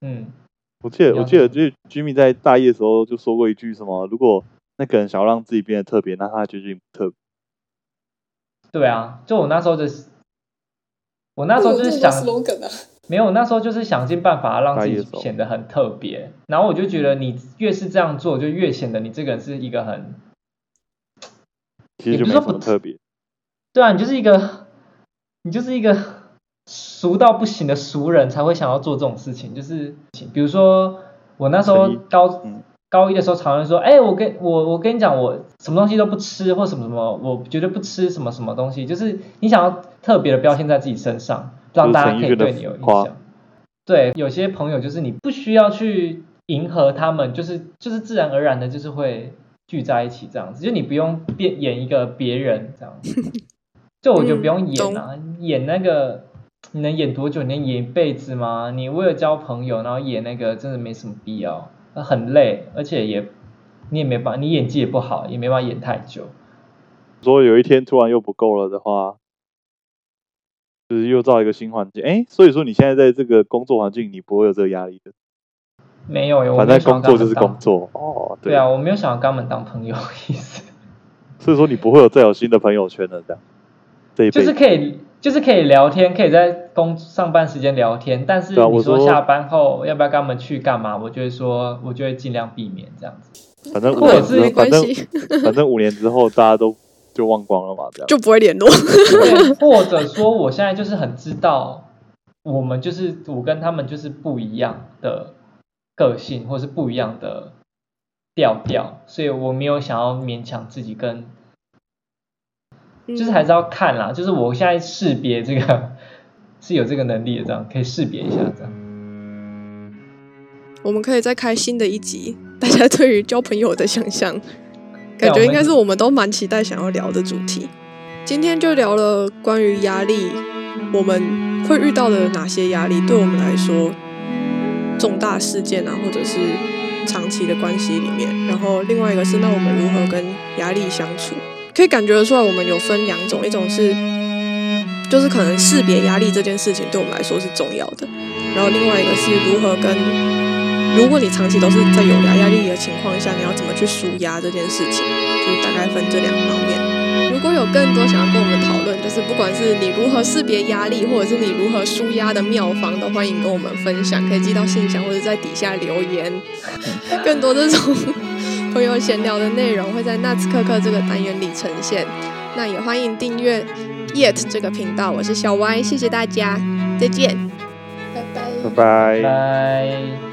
Speaker 4: 嗯，
Speaker 3: 我记得，
Speaker 4: 了
Speaker 3: 我记得，就
Speaker 4: 解
Speaker 3: 是 Jimmy 在大一的时候就说过一句什么，如果那个人想要让自己变得特别，那他就已经不特别。
Speaker 4: 对啊，就我那时候就是，我那时候
Speaker 2: 有
Speaker 4: 就
Speaker 2: 这
Speaker 4: 是
Speaker 2: 么多
Speaker 4: 想，
Speaker 2: slogan 啊，
Speaker 4: 没有，那时候就是想尽办法让自
Speaker 3: 大一的
Speaker 4: 己
Speaker 3: 时候
Speaker 4: 显得很特别，然后我就觉得你越是这样做，就越显得你这个人是一个很，
Speaker 3: 其实就没什么特别。
Speaker 4: 对啊，你就是一个，你就是一个俗到不行的俗人才会想要做这种事情，就是比如说我那时候
Speaker 3: 陈一
Speaker 4: 高
Speaker 3: 嗯
Speaker 4: 高一的时候，常常说，哎、我跟我我跟你讲，我什么东西都不吃，或什么什么，我绝对不吃什么什么东西，就是你想要特别的标签在自己身上，让大家可以对你有印
Speaker 3: 就是陈奕迅的浮
Speaker 4: 象。对，有些朋友就是你不需要去迎合他们，就是就是自然而然的，就是会聚在一起这样子，就你不用变演一个别人这样子，就我觉得不用演啊，演那个你能演多久？你能演一辈子吗？你为了交朋友，然后演那个真的没什么必要，呃很累，而且也你也没办法，你演技也不好，也没办法演太久。
Speaker 3: 如果有一天突然又不够了的话，就是又造一个新环境。哎，所以说你现在在这个工作环境，你不会有这个压力的。
Speaker 4: 没有耶，我
Speaker 3: 反
Speaker 4: 没有
Speaker 3: 正
Speaker 4: 想要
Speaker 3: 工
Speaker 4: 跟他
Speaker 3: 作
Speaker 4: 们
Speaker 3: 就是
Speaker 4: 当
Speaker 3: 工。作哦，
Speaker 4: 对啊，我没有想要跟他们当朋友的意思，
Speaker 3: 所以说你不会有再有新的朋友圈了，这样这一辈
Speaker 4: 就
Speaker 3: 子
Speaker 4: 是可以，就是可以聊天，可以在工上班时间聊天，但是
Speaker 3: 对啊
Speaker 4: 你
Speaker 3: 我
Speaker 4: 说
Speaker 3: 说
Speaker 4: 下班后要不要跟他们去干嘛？我就会说，我就会尽量避免这样子。
Speaker 3: 反正五
Speaker 4: 或者
Speaker 3: 年
Speaker 4: 是
Speaker 3: 之后，
Speaker 1: 没
Speaker 3: 反
Speaker 1: 关
Speaker 3: 正
Speaker 1: 系，
Speaker 3: 反正五年之后大家都就忘光了嘛，这样。
Speaker 1: 就不会联络。
Speaker 4: 对，或者说我现在就是很知道，我们就是我跟他们就是不一样的个性，或是不一样的调调，所以我没有想要勉强自己跟，
Speaker 1: 嗯
Speaker 4: 就是还是要看啦，就是我现在识别这个是有这个能力的，这样可以识别一下这样。
Speaker 1: 我们可以再开新的一集，大家对于交朋友的想象，
Speaker 4: 对
Speaker 1: 感觉
Speaker 4: 啊我们
Speaker 1: 应该是我们都蛮期待想要聊的主题。今天就聊了关于压力，我们会遇到的哪些压力，对我们来说重大事件啊，或者是长期的关系里面。然后另外一个是，那我们如何跟压力相处？可以感觉得出来，我们有分两种，一种是就是可能识别压力这件事情对我们来说是重要的，然后另外一个是如何跟，如果你长期都是在有压压力的情况下，你要怎么去舒压这件事情，就是大概分这两方面。如果有更多想要跟我们讨论，就是不管是你如何识别压力，或者是你如何舒压的妙方，都欢迎跟我们分享，可以寄到信箱或者在底下留 言。更多这种朋友闲聊的内容会在那次克克这个单元里呈现。那也欢迎订阅 Yet 这个频道，我是小歪，谢谢大家，再见。
Speaker 2: 拜拜。
Speaker 3: 拜拜
Speaker 4: 拜。